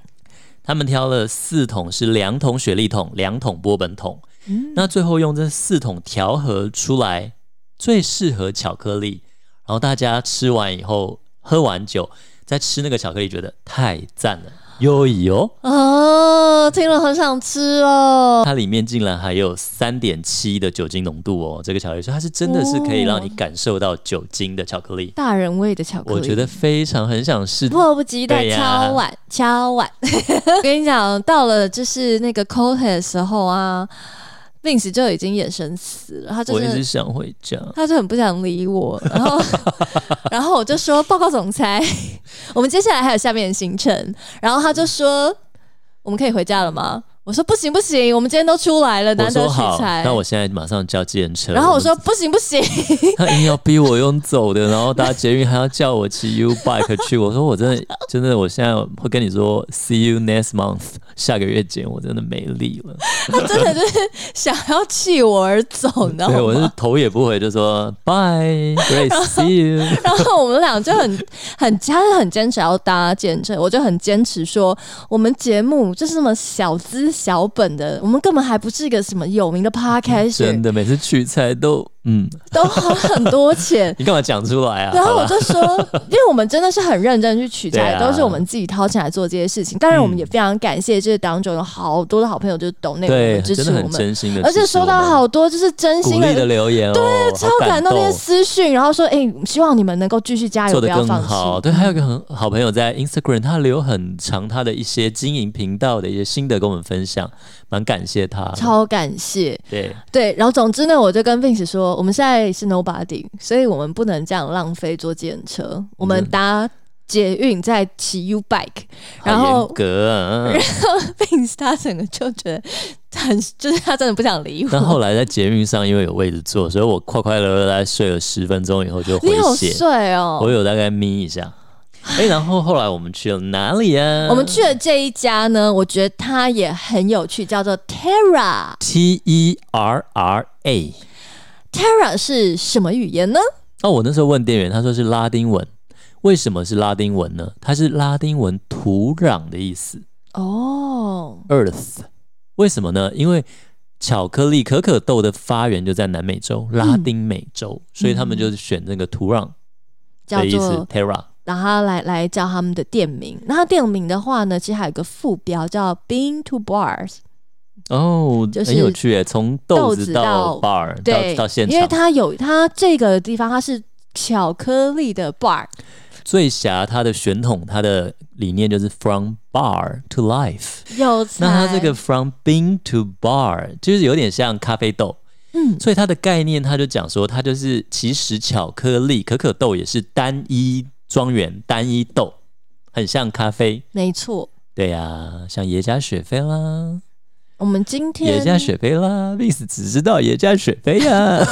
Speaker 2: 他们挑了四桶是两桶雪莉桶，两桶波本桶，
Speaker 1: 嗯
Speaker 2: 那最后用这四桶调和出来最适合巧克力，然后大家吃完以后喝完酒再吃那个巧克力，觉得太赞了，哟哟。
Speaker 1: 哦，听了很想吃哦。
Speaker 2: 它里面竟然还有三点七的酒精浓度哦，这个巧克力，所以它是真的是可以让你感受到酒精的巧克力。
Speaker 1: 大人味的巧克力，
Speaker 2: 我觉得非常很想试。
Speaker 1: 迫不及待
Speaker 2: 对呀
Speaker 1: 敲碗、敲 碗。我跟你讲，到了就是那个 c o h e 的时候啊，Vince 就已经眼神死了，他就
Speaker 2: 我一直
Speaker 1: 是。
Speaker 2: 想回家。
Speaker 1: 他就很不想理我，然后， 然后我就说：“报告总裁，我们接下来还有下面的行程。”然后他就说：“我们可以回家了吗？”我说：“不行不行，我们今天都出来了，
Speaker 2: 我
Speaker 1: 难得
Speaker 2: 说
Speaker 1: 取
Speaker 2: 好，
Speaker 1: 材。
Speaker 2: 那”我现在马上叫计程车。
Speaker 1: 然后我说：“不行不行，
Speaker 2: 他硬要逼我用走的，然后搭捷运还要叫我骑 U bike 去。我说我真的真的，我现在会跟你说 see you next month，下 个月见。我真的没力了，
Speaker 1: 他真的就是想要弃我而走，你知道吗？”
Speaker 2: 对我是头也不回就说 bye，great，see you。
Speaker 1: 然后我们俩就很很，他是很坚持要搭建车，我就很坚持说，我们节目就是这么小资小本的，我们根本还不是一个什么有名的 podcast，
Speaker 2: 嗯真的，每次取材都嗯，。
Speaker 1: 都花很多钱
Speaker 2: 你干嘛讲出 来啊？
Speaker 1: 然后
Speaker 2: 好
Speaker 1: 我
Speaker 2: 吧
Speaker 1: 就说，因为我们真的是很认真去取材，
Speaker 2: 对啊
Speaker 1: 都是我们自己掏钱来做这些事情。当然，我们也非常感谢，就是当中有好多的好朋友就是懂那
Speaker 2: 对，
Speaker 1: 个支
Speaker 2: 真
Speaker 1: 持
Speaker 2: 的
Speaker 1: 我
Speaker 2: 很
Speaker 1: 们，
Speaker 2: 真心的，
Speaker 1: 而且收到好多就是真
Speaker 2: 鼓
Speaker 1: 心
Speaker 2: 励的留言哦，对，
Speaker 1: 超感动那些私讯，然后说，哎、希望你们能够继续加油，
Speaker 2: 做
Speaker 1: 哎不
Speaker 2: 得
Speaker 1: 要
Speaker 2: 更
Speaker 1: 放
Speaker 2: 好。
Speaker 1: 弃。嗯
Speaker 2: 对，还有一个很好朋友在 Instagram，他留很长他的一些经营频道的一些心得跟我们分享，蛮感谢他。
Speaker 1: 超感谢，
Speaker 2: 对，
Speaker 1: 对，然后总之呢，我就跟 Vince 说，我们现在是 nobody，所以我们不能这样浪费坐电车，我们搭捷运再骑 U bike，然
Speaker 2: 嗯好
Speaker 1: 后
Speaker 2: 严格、啊。嗯
Speaker 1: Vince 他整个就觉得很，就是他真的不想理
Speaker 2: 那
Speaker 1: 我。
Speaker 2: 后来在捷运上，因为有位置坐，所以我快快乐乐在睡了十分钟以后就回
Speaker 1: 你好
Speaker 2: 血，
Speaker 1: 帅哦
Speaker 2: 我！有大概眯一下。哎、然后后来我们去了哪里啊？
Speaker 1: 我们去的这一家呢，我觉得它也很有趣，叫做 Terra。
Speaker 2: T E R R A。
Speaker 1: Terra 是什么语言呢？
Speaker 2: 哦，我那时候问店员，他说是拉丁文。为什么是拉丁文呢？它是拉丁文“土壤”的意思。
Speaker 1: 哦，
Speaker 2: Earth。为什么呢？因为巧克力可可豆的发源就在南美洲、拉丁美洲，所以他们就是选那个土壤
Speaker 1: 嗯叫
Speaker 2: 的意思
Speaker 1: 做
Speaker 2: ，terra。
Speaker 1: 然后来来叫他们的店名。那它店名的话呢，其实还有个副标叫 Bean to Bars，
Speaker 2: 哦，
Speaker 1: 就是
Speaker 2: 很有趣耶，从豆
Speaker 1: 豆子
Speaker 2: 子
Speaker 1: 到
Speaker 2: 到 bar
Speaker 1: 对，
Speaker 2: 到到现
Speaker 1: 因为
Speaker 2: 场，
Speaker 1: 它有它这个地方它是巧克力的 bar，
Speaker 2: 醉侠他的选统，他的理念就是 from bar to life。
Speaker 1: 有
Speaker 2: 那它这
Speaker 1: 才
Speaker 2: 个 from bean to bar 就是有点像咖啡豆，嗯，所以它的概念，它就讲说，它就是其实巧克力、可可豆也是单一庄园、单一豆，很像咖啡。
Speaker 1: 没错。
Speaker 2: 对呀、像耶加雪菲啦，
Speaker 1: 我们今
Speaker 2: 耶
Speaker 1: 天
Speaker 2: 加雪菲啦，Vince 只知道耶加雪菲呀、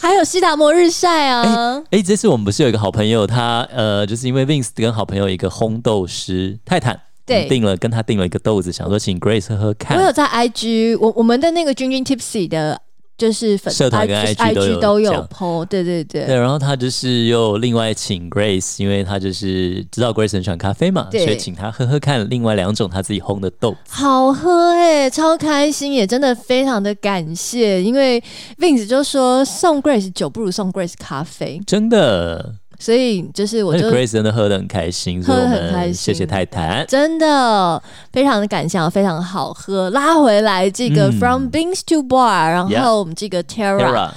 Speaker 1: 还有西达摩日晒啊，
Speaker 2: 哎、这次我们不是有一个好朋友，他呃，就是因为 Vince 跟好朋友一个烘豆师泰坦，
Speaker 1: 对
Speaker 2: 我们订了跟他订了一个豆子，想说请 Grace 喝喝看
Speaker 1: 我。有在 IG，我我们的那个君君 Tipsy 的，就是粉
Speaker 2: 社团跟 IG 都有
Speaker 1: IG 都有
Speaker 2: 讲
Speaker 1: PO，对对对，
Speaker 2: 对，然后他就是又另外请 Grace，因为他就是知道 Grace 很喜欢咖啡嘛，所
Speaker 1: 对
Speaker 2: 以请他喝喝看另外两种他自己烘的豆。
Speaker 1: 好喝哎、超开心，也真的非常的感谢，因为 Vince 就说送 Grace 酒不如送 Grace 咖啡，
Speaker 2: 真的，
Speaker 1: 所以就是我
Speaker 2: 而且
Speaker 1: 就
Speaker 2: Grace 真的喝得很开心，所以
Speaker 1: 喝
Speaker 2: 我
Speaker 1: 得很开心
Speaker 2: 们谢谢泰坦。
Speaker 1: 真的非常的感谢，啊非常好喝。拉回来这个
Speaker 2: 嗯
Speaker 1: From Beans to Bar，、然
Speaker 2: Yeah
Speaker 1: 后我们这个 Terra，
Speaker 2: Tara，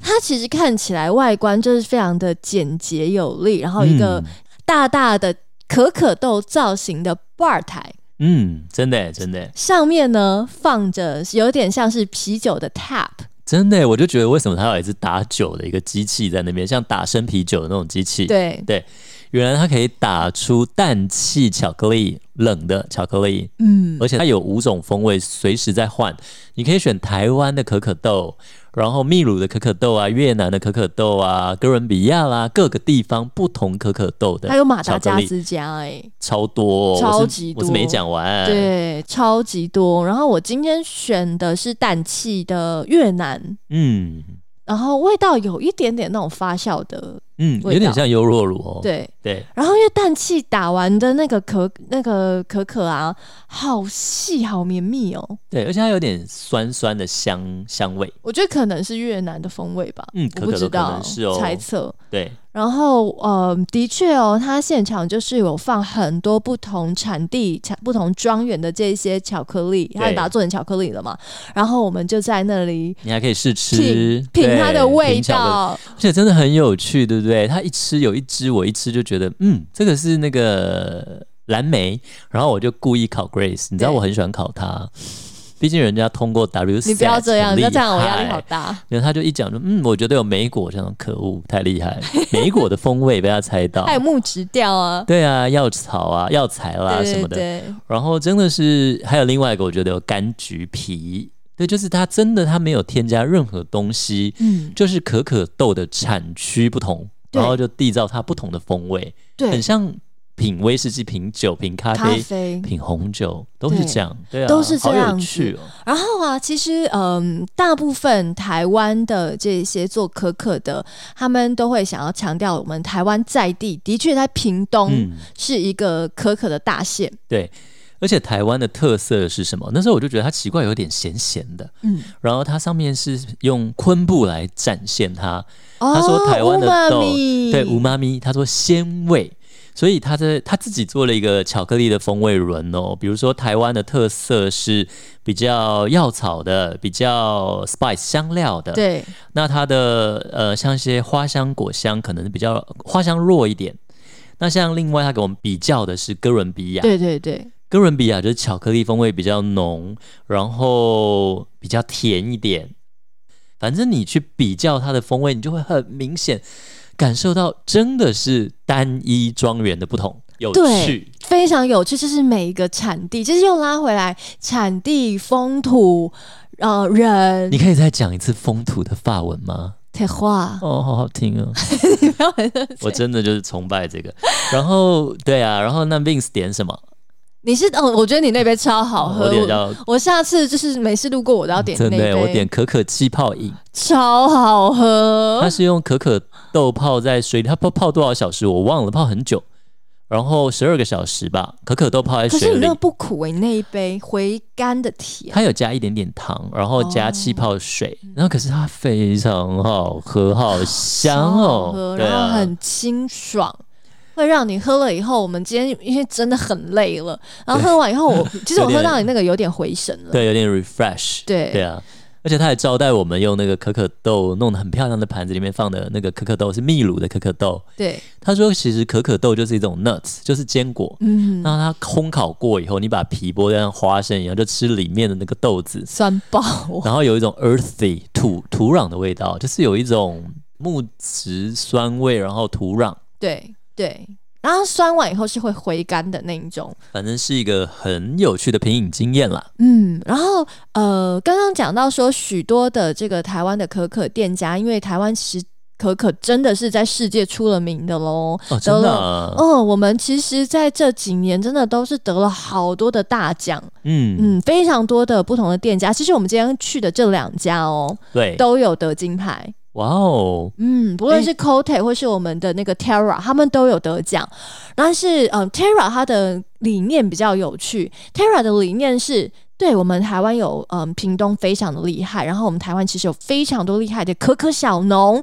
Speaker 1: 它其实看起来外观就是非常的简洁有力，然后一个大大的可可豆造型的 bar 台，
Speaker 2: 嗯，真的真的
Speaker 1: 上面呢放着有点像是啤酒的 tap，
Speaker 2: 真的，我就觉得为什么他有一只打酒的一个机器在那边，像打生啤酒的那种机器。
Speaker 1: 对，
Speaker 2: 对，原来它可以打出氮气巧克力，冷的巧克力，
Speaker 1: 嗯，
Speaker 2: 而且它有五种风味，随时在换。你可以选台湾的可可豆，然后秘鲁的可可豆啊，越南的可可豆啊，哥伦比亚啦，各个地方不同可可豆的，
Speaker 1: 还有马达
Speaker 2: 巧克
Speaker 1: 加
Speaker 2: 力
Speaker 1: 斯加哎、
Speaker 2: 超多、哦，
Speaker 1: 超级
Speaker 2: 我是，我是没
Speaker 1: 多
Speaker 2: 讲完。，
Speaker 1: 对，超级多。然后我今天选的是氮气的越南，
Speaker 2: 嗯
Speaker 1: 然后味道有一点点那种发酵的，
Speaker 2: 嗯，
Speaker 1: 味道
Speaker 2: 有点像优酪乳哦。
Speaker 1: 对。
Speaker 2: 对，
Speaker 1: 然后因为氮气打完的那个可那个可可啊，好细好绵密哦，
Speaker 2: 对，而且它有点酸酸的香香味。
Speaker 1: 我觉得可能是越南的风味吧，
Speaker 2: 嗯
Speaker 1: 我不知
Speaker 2: 可可
Speaker 1: 道，
Speaker 2: 都可能是哦
Speaker 1: 猜测。
Speaker 2: 对，
Speaker 1: 然后，呃，的确哦，它现场就是有放很多不同产地、产不同庄园的这些巧克力，它也把它做成巧克力了嘛。然后我们就在那里
Speaker 2: 你还可以试吃
Speaker 1: 品，品它的
Speaker 2: 对
Speaker 1: 味
Speaker 2: 品巧克力
Speaker 1: 道，
Speaker 2: 而且真的很有趣，对不对？他一吃有一只，我一吃就觉得，嗯，这个是那个蓝莓，然后我就故意考 Grace，你知道
Speaker 1: 对
Speaker 2: 我很喜欢考他，毕竟人家通过 W，
Speaker 1: 你不要这样，
Speaker 2: 很
Speaker 1: 你
Speaker 2: 厉
Speaker 1: 要
Speaker 2: 害
Speaker 1: 这样我压力好。大。
Speaker 2: 然后他就一讲说，嗯，我觉得有莓果，这样可恶，太厉害，莓果的风味被他猜到
Speaker 1: 还。有木质调啊，
Speaker 2: 对啊，药草啊，药材啦
Speaker 1: 对
Speaker 2: 什
Speaker 1: 对
Speaker 2: 么的，
Speaker 1: 对，
Speaker 2: 然后真的是还有另外一个，我觉得有柑橘皮，对，就是它真的它没有添加任何东西，
Speaker 1: 嗯，
Speaker 2: 就是可可豆的产区不同，
Speaker 1: 对
Speaker 2: 然后就缔造它不同的风味，很
Speaker 1: 对，
Speaker 2: 像品威士忌、品酒、品咖
Speaker 1: 咖
Speaker 2: 啡、
Speaker 1: 啡。
Speaker 2: 品红酒都是这样，对啊，
Speaker 1: 都是这
Speaker 2: 好有
Speaker 1: 样子
Speaker 2: 趣哦，
Speaker 1: 然后啊，其实嗯，大部分台湾的这些做可可的，他们都会想要强调我们台湾在地，的确在屏东。
Speaker 2: 嗯，
Speaker 1: 是一个可可的大县，
Speaker 2: 对。而且台湾的特色是什么？那时候我就觉得它奇怪，有点咸咸的。
Speaker 1: 嗯，
Speaker 2: 然后它上面是用昆布来展现它，
Speaker 1: 他
Speaker 2: 他说台湾的豆，对
Speaker 1: 哦乌
Speaker 2: 五妈咪，他说鲜味，所以他在他自己做了一个巧克力的风味轮哦，比如说台湾的特色是比较药草的，比较 spice 香料的，，
Speaker 1: 对
Speaker 2: 那它的呃像一些花香果香可能比较花香弱一点。那像另外他给我们比较的是哥伦比亚，
Speaker 1: 对对对，
Speaker 2: 哥伦比亚啊就是巧克力风味比较浓，然后比较甜一点。反正你去比较它的风味，你就会很明显感受到真的是单一庄园的不同，有
Speaker 1: 对
Speaker 2: 趣。
Speaker 1: 非常有趣。就是每一个产地，就是又拉回来产地、风土、呃人
Speaker 2: 你可以再讲一次风土的法文吗？
Speaker 1: 铁话，
Speaker 2: 哦，好好听哦！
Speaker 1: 你不要很认
Speaker 2: 我
Speaker 1: 真
Speaker 2: 真的就是崇拜这个。然后对啊，然后那 Vince 点什么？
Speaker 1: 你是哦，我觉得你那杯超好喝。
Speaker 2: 哦我点
Speaker 1: 我
Speaker 2: 到
Speaker 1: 我下次就是每次路过我都要点那
Speaker 2: 真的，
Speaker 1: 杯，
Speaker 2: 我点可可气泡饮，
Speaker 1: 超好
Speaker 2: 它
Speaker 1: 喝。
Speaker 2: 是用可可豆泡在水里，它泡泡多少小时我忘了，泡很久，然后十二个小时吧。可可豆泡在
Speaker 1: 可是
Speaker 2: 水
Speaker 1: 你
Speaker 2: 里
Speaker 1: 那个，不苦欸诶、你那一杯回甘的甜，
Speaker 2: 它有加一点点糖，然后
Speaker 1: 哦
Speaker 2: 加气泡水，
Speaker 1: 嗯
Speaker 2: 然后可是它非常好喝，好香
Speaker 1: 超好
Speaker 2: 哦
Speaker 1: 喝，，
Speaker 2: 对
Speaker 1: 然后
Speaker 2: 啊，
Speaker 1: 很清爽。会让你喝了以后，我们今天因为真的很累 了，然后喝完以后我，其实我
Speaker 2: 有点
Speaker 1: 喝到你那个有点回神了，
Speaker 2: 对，有点 refresh，
Speaker 1: 对
Speaker 2: 对啊。而且他还招待我们用那个可可豆弄得很漂亮的盘子，里面放的那个可可豆是秘鲁的可可豆。
Speaker 1: 对，
Speaker 2: 他说，其实可可豆就是一种 nuts，就是坚果。
Speaker 1: 嗯，
Speaker 2: 那它烘烤过以后，你把皮剥得像花生一样，就吃里面的那个豆子，
Speaker 1: 酸爆 我，
Speaker 2: 然后有一种 earthy 土土壤的味道，就是有一种木质酸味，然后土壤，
Speaker 1: 对对。然后酸完以后是会回甘的那一种，
Speaker 2: 反正是一个很有趣的品饮经验啦。
Speaker 1: 嗯，然后呃，刚刚讲到说，许多的这个台湾的可可店家，因为台湾其实可可真的是在世界出了名的喽。
Speaker 2: 哦，真的
Speaker 1: 嗯、
Speaker 2: 啊，
Speaker 1: 我们其实在这几年真的都是得了好多的大奖，
Speaker 2: 嗯，
Speaker 1: 嗯，非常多的不同的店家。其实我们今天去的这两家哦，
Speaker 2: 对，
Speaker 1: 都有得金牌。
Speaker 2: 哇哦，
Speaker 1: 嗯，不论是 Cote 或是我们的那个 Terra，他们都有得奖。但是，嗯，Terra 它的理念比较有趣。Terra 的理念是，对我们台湾有，嗯，屏东非常的厉害，然后我们台湾其实有非常多厉害的可可小农，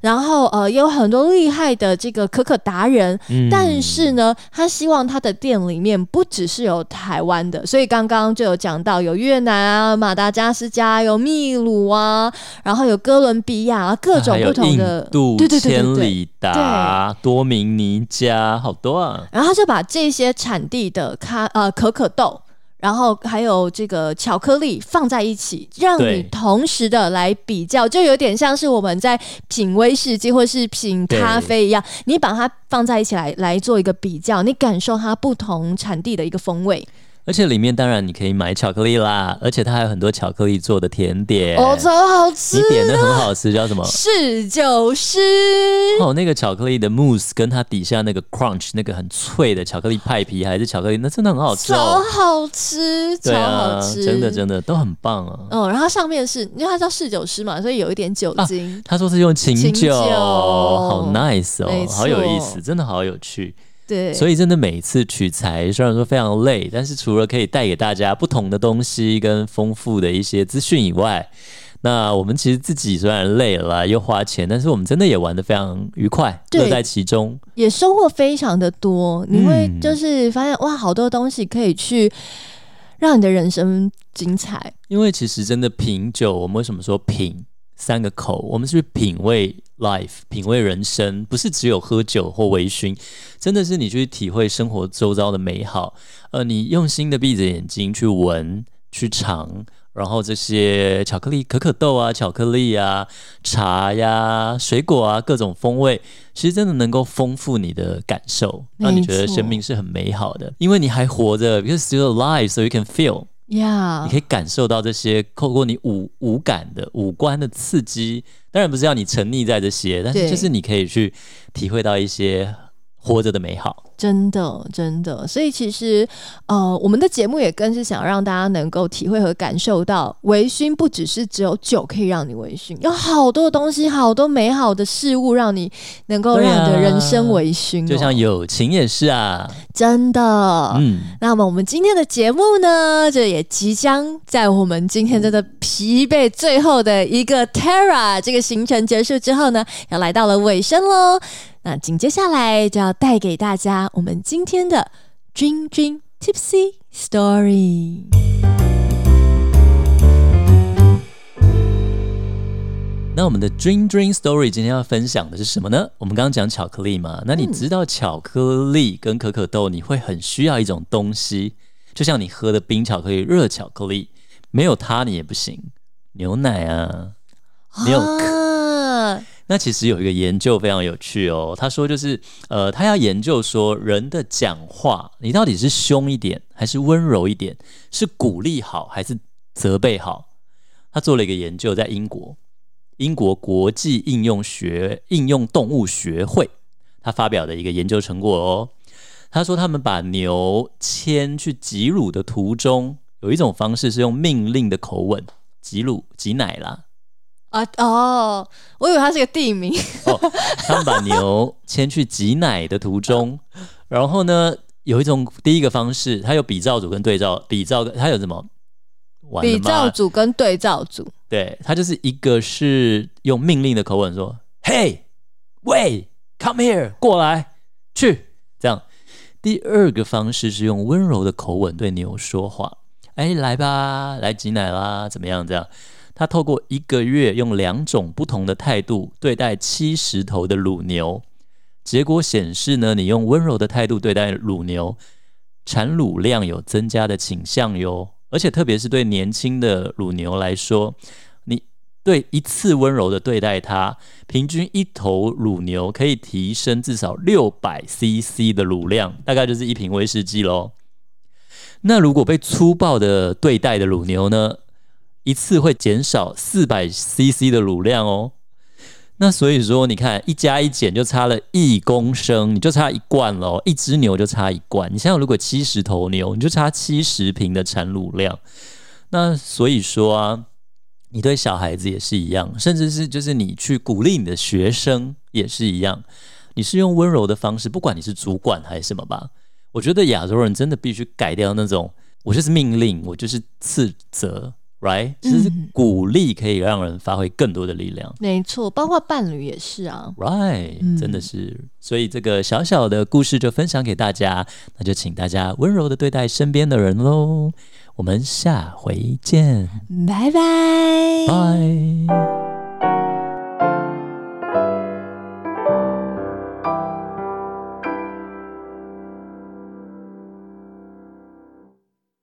Speaker 1: 然后呃，也有很多厉害的这个可可达人。
Speaker 2: 嗯，
Speaker 1: 但是呢，他希望他的店里面不只是有台湾的，所以刚刚就有讲到有越南啊、马达加斯加、有秘鲁啊，然后有哥伦比亚啊，各种
Speaker 2: 还有
Speaker 1: 不同的
Speaker 2: 印度、
Speaker 1: 对对对对
Speaker 2: 千
Speaker 1: 对。
Speaker 2: 里达、多明尼加，好多啊，
Speaker 1: 然后他就把这些产地的咖呃可可豆，然后还有这个巧克力放在一起，让你
Speaker 2: 对
Speaker 1: 同时的来比较，就有点像是我们在品威士忌或是品咖啡一样，你把它放在一起来来做一个比较，你感受它不同产地的一个风味。
Speaker 2: 而且里面当然你可以买巧克力啦，而且它还有很多巧克力做的甜点，
Speaker 1: 哦，超好吃
Speaker 2: 你！点的很好吃，叫什么？
Speaker 1: 是就是，
Speaker 2: 哦，那个巧克力的 mousse 跟它底下那个 crunch 那个很脆的巧克力派皮还是巧克力，那真的很好吃
Speaker 1: 超
Speaker 2: 哦。
Speaker 1: 好吃，超
Speaker 2: 对
Speaker 1: 好
Speaker 2: 啊，
Speaker 1: 吃，
Speaker 2: 真的真的都很棒啊。
Speaker 1: 嗯，然后上面是因为它叫侍酒师嘛，所以有一点酒精。
Speaker 2: 他说是用琴
Speaker 1: 琴酒
Speaker 2: 好 nice
Speaker 1: 没
Speaker 2: 哦，
Speaker 1: 错
Speaker 2: 好有意思，真的好有趣。
Speaker 1: 对，
Speaker 2: 所以真的每一次取材，虽然说非常累，但是除了可以带给大家不同的东西跟丰富的一些资讯以外，那我们其实自己虽然累了啦又花钱，但是我们真的也玩得非常愉快，
Speaker 1: 对
Speaker 2: 乐在其中。
Speaker 1: 也收获非常的多。你会
Speaker 2: 嗯
Speaker 1: 就是发现、哇，好多东西可以去让你的人生精彩。
Speaker 2: 因为其实真的品酒，我们为什么说品三个口？我们是去品味 life，品味人生，不是只有喝酒或微醺，真的是你去体会生活周遭的美好。呃，你用心的闭着眼睛去闻、去尝，然后这些巧克力、可可豆啊、巧克力啊、茶呀、水果啊，各种风味，其实真的能够丰富你的感受，让你觉
Speaker 1: 没
Speaker 2: 得
Speaker 1: 错
Speaker 2: 生命是很美好的，因为你还活着，because still alive，so you can feel。
Speaker 1: 呀
Speaker 2: 你可以感受到这些透过你五五感的五官的刺激，当然不是要你沉溺在这些，但
Speaker 1: 对
Speaker 2: 是就是你可以去体会到一些活着的美好。
Speaker 1: 真的，真的，所以其实，呃，我们的节目也更是想让大家能够体会和感受到，微醺不只是只有酒可以让你微醺，有好多东西，好多美好的事物，让你能够
Speaker 2: 对
Speaker 1: 让
Speaker 2: 啊
Speaker 1: 你的人生微醺哦、啊
Speaker 2: 就像友情也是啊，
Speaker 1: 真的，
Speaker 2: 嗯，
Speaker 1: 那么我们今天的节目呢，这也即将在我们今天真的疲惫最后的一个 Terra 这个行程结束之后呢，要来到了尾声喽。那紧接下来就要带给大家我们今天的 Dream Dream Tipsy Story。
Speaker 2: 那我们的 Dream Dream Story 今天要分享的是什么呢？我们刚刚讲巧克力嘛，那
Speaker 1: 嗯
Speaker 2: 你知道巧克力跟可可豆，你会很需要一种东西，就像你喝的冰巧克力、热巧克力，没有它你也不行。牛奶啊，Milk
Speaker 1: 啊，
Speaker 2: 那其实有一个研究非常有趣哦，他说就是呃，他要研究说人的讲话，你到底是凶一点还是温柔一点，是鼓励好还是责备好？他做了一个研究，在英国，英国国际应用学应用动物学会，他发表的一个研究成果哦。他说，他们把牛牵去挤乳的途中，有一种方式是用命令的口吻挤乳挤奶啦，
Speaker 1: 啊哦，我以为它是个地名，
Speaker 2: 哦，他们把牛牵去挤奶的途中，然后呢，有一种第一个方式，它有比照组跟对照，比照它有什么？完了
Speaker 1: 比
Speaker 2: 吗
Speaker 1: 照组跟对照组。
Speaker 2: 对，它就是一个是用命令的口吻说：“Hey, wait, come here，过来，去。”这样。第二个方式是用温柔的口吻对牛说话：“哎，来吧，来挤奶啦，怎么样？”这样。他透过一个月用两种不同的态度对待七十头的乳牛，结果显示呢，你用温柔的态度对待乳牛，产乳量有增加的倾向哟。而且特别是对年轻的乳牛来说，你对一次温柔的对待它，平均一头乳牛可以提升至少六百 CC 的乳量，大概就是一瓶威士忌喽。那如果被粗暴的对待的乳牛呢，一次会减少四百 CC 的乳量哦。那所以说，你看一加一减就差了一公升，你就差一罐喽，一只牛就差一罐。你想想，如果七十头牛，你就差七十瓶的产乳量。那所以说啊，你对小孩子也是一样，甚至是就是你去鼓励你的学生也是一样，你是用温柔的方式，不管你是主管还是什么吧。我觉得亚洲人真的必须改掉那种我就是命令，我就是斥责，right？其实
Speaker 1: 嗯
Speaker 2: 鼓励可以让人发挥更多的力量。
Speaker 1: 没错，包括伴侣也是啊。
Speaker 2: Right，、
Speaker 1: 嗯
Speaker 2: 真的是，所以这个小小的故事就分享给大家，那就请大家温柔的对待身边的人喽。我们下回见，
Speaker 1: 拜拜，
Speaker 2: 拜。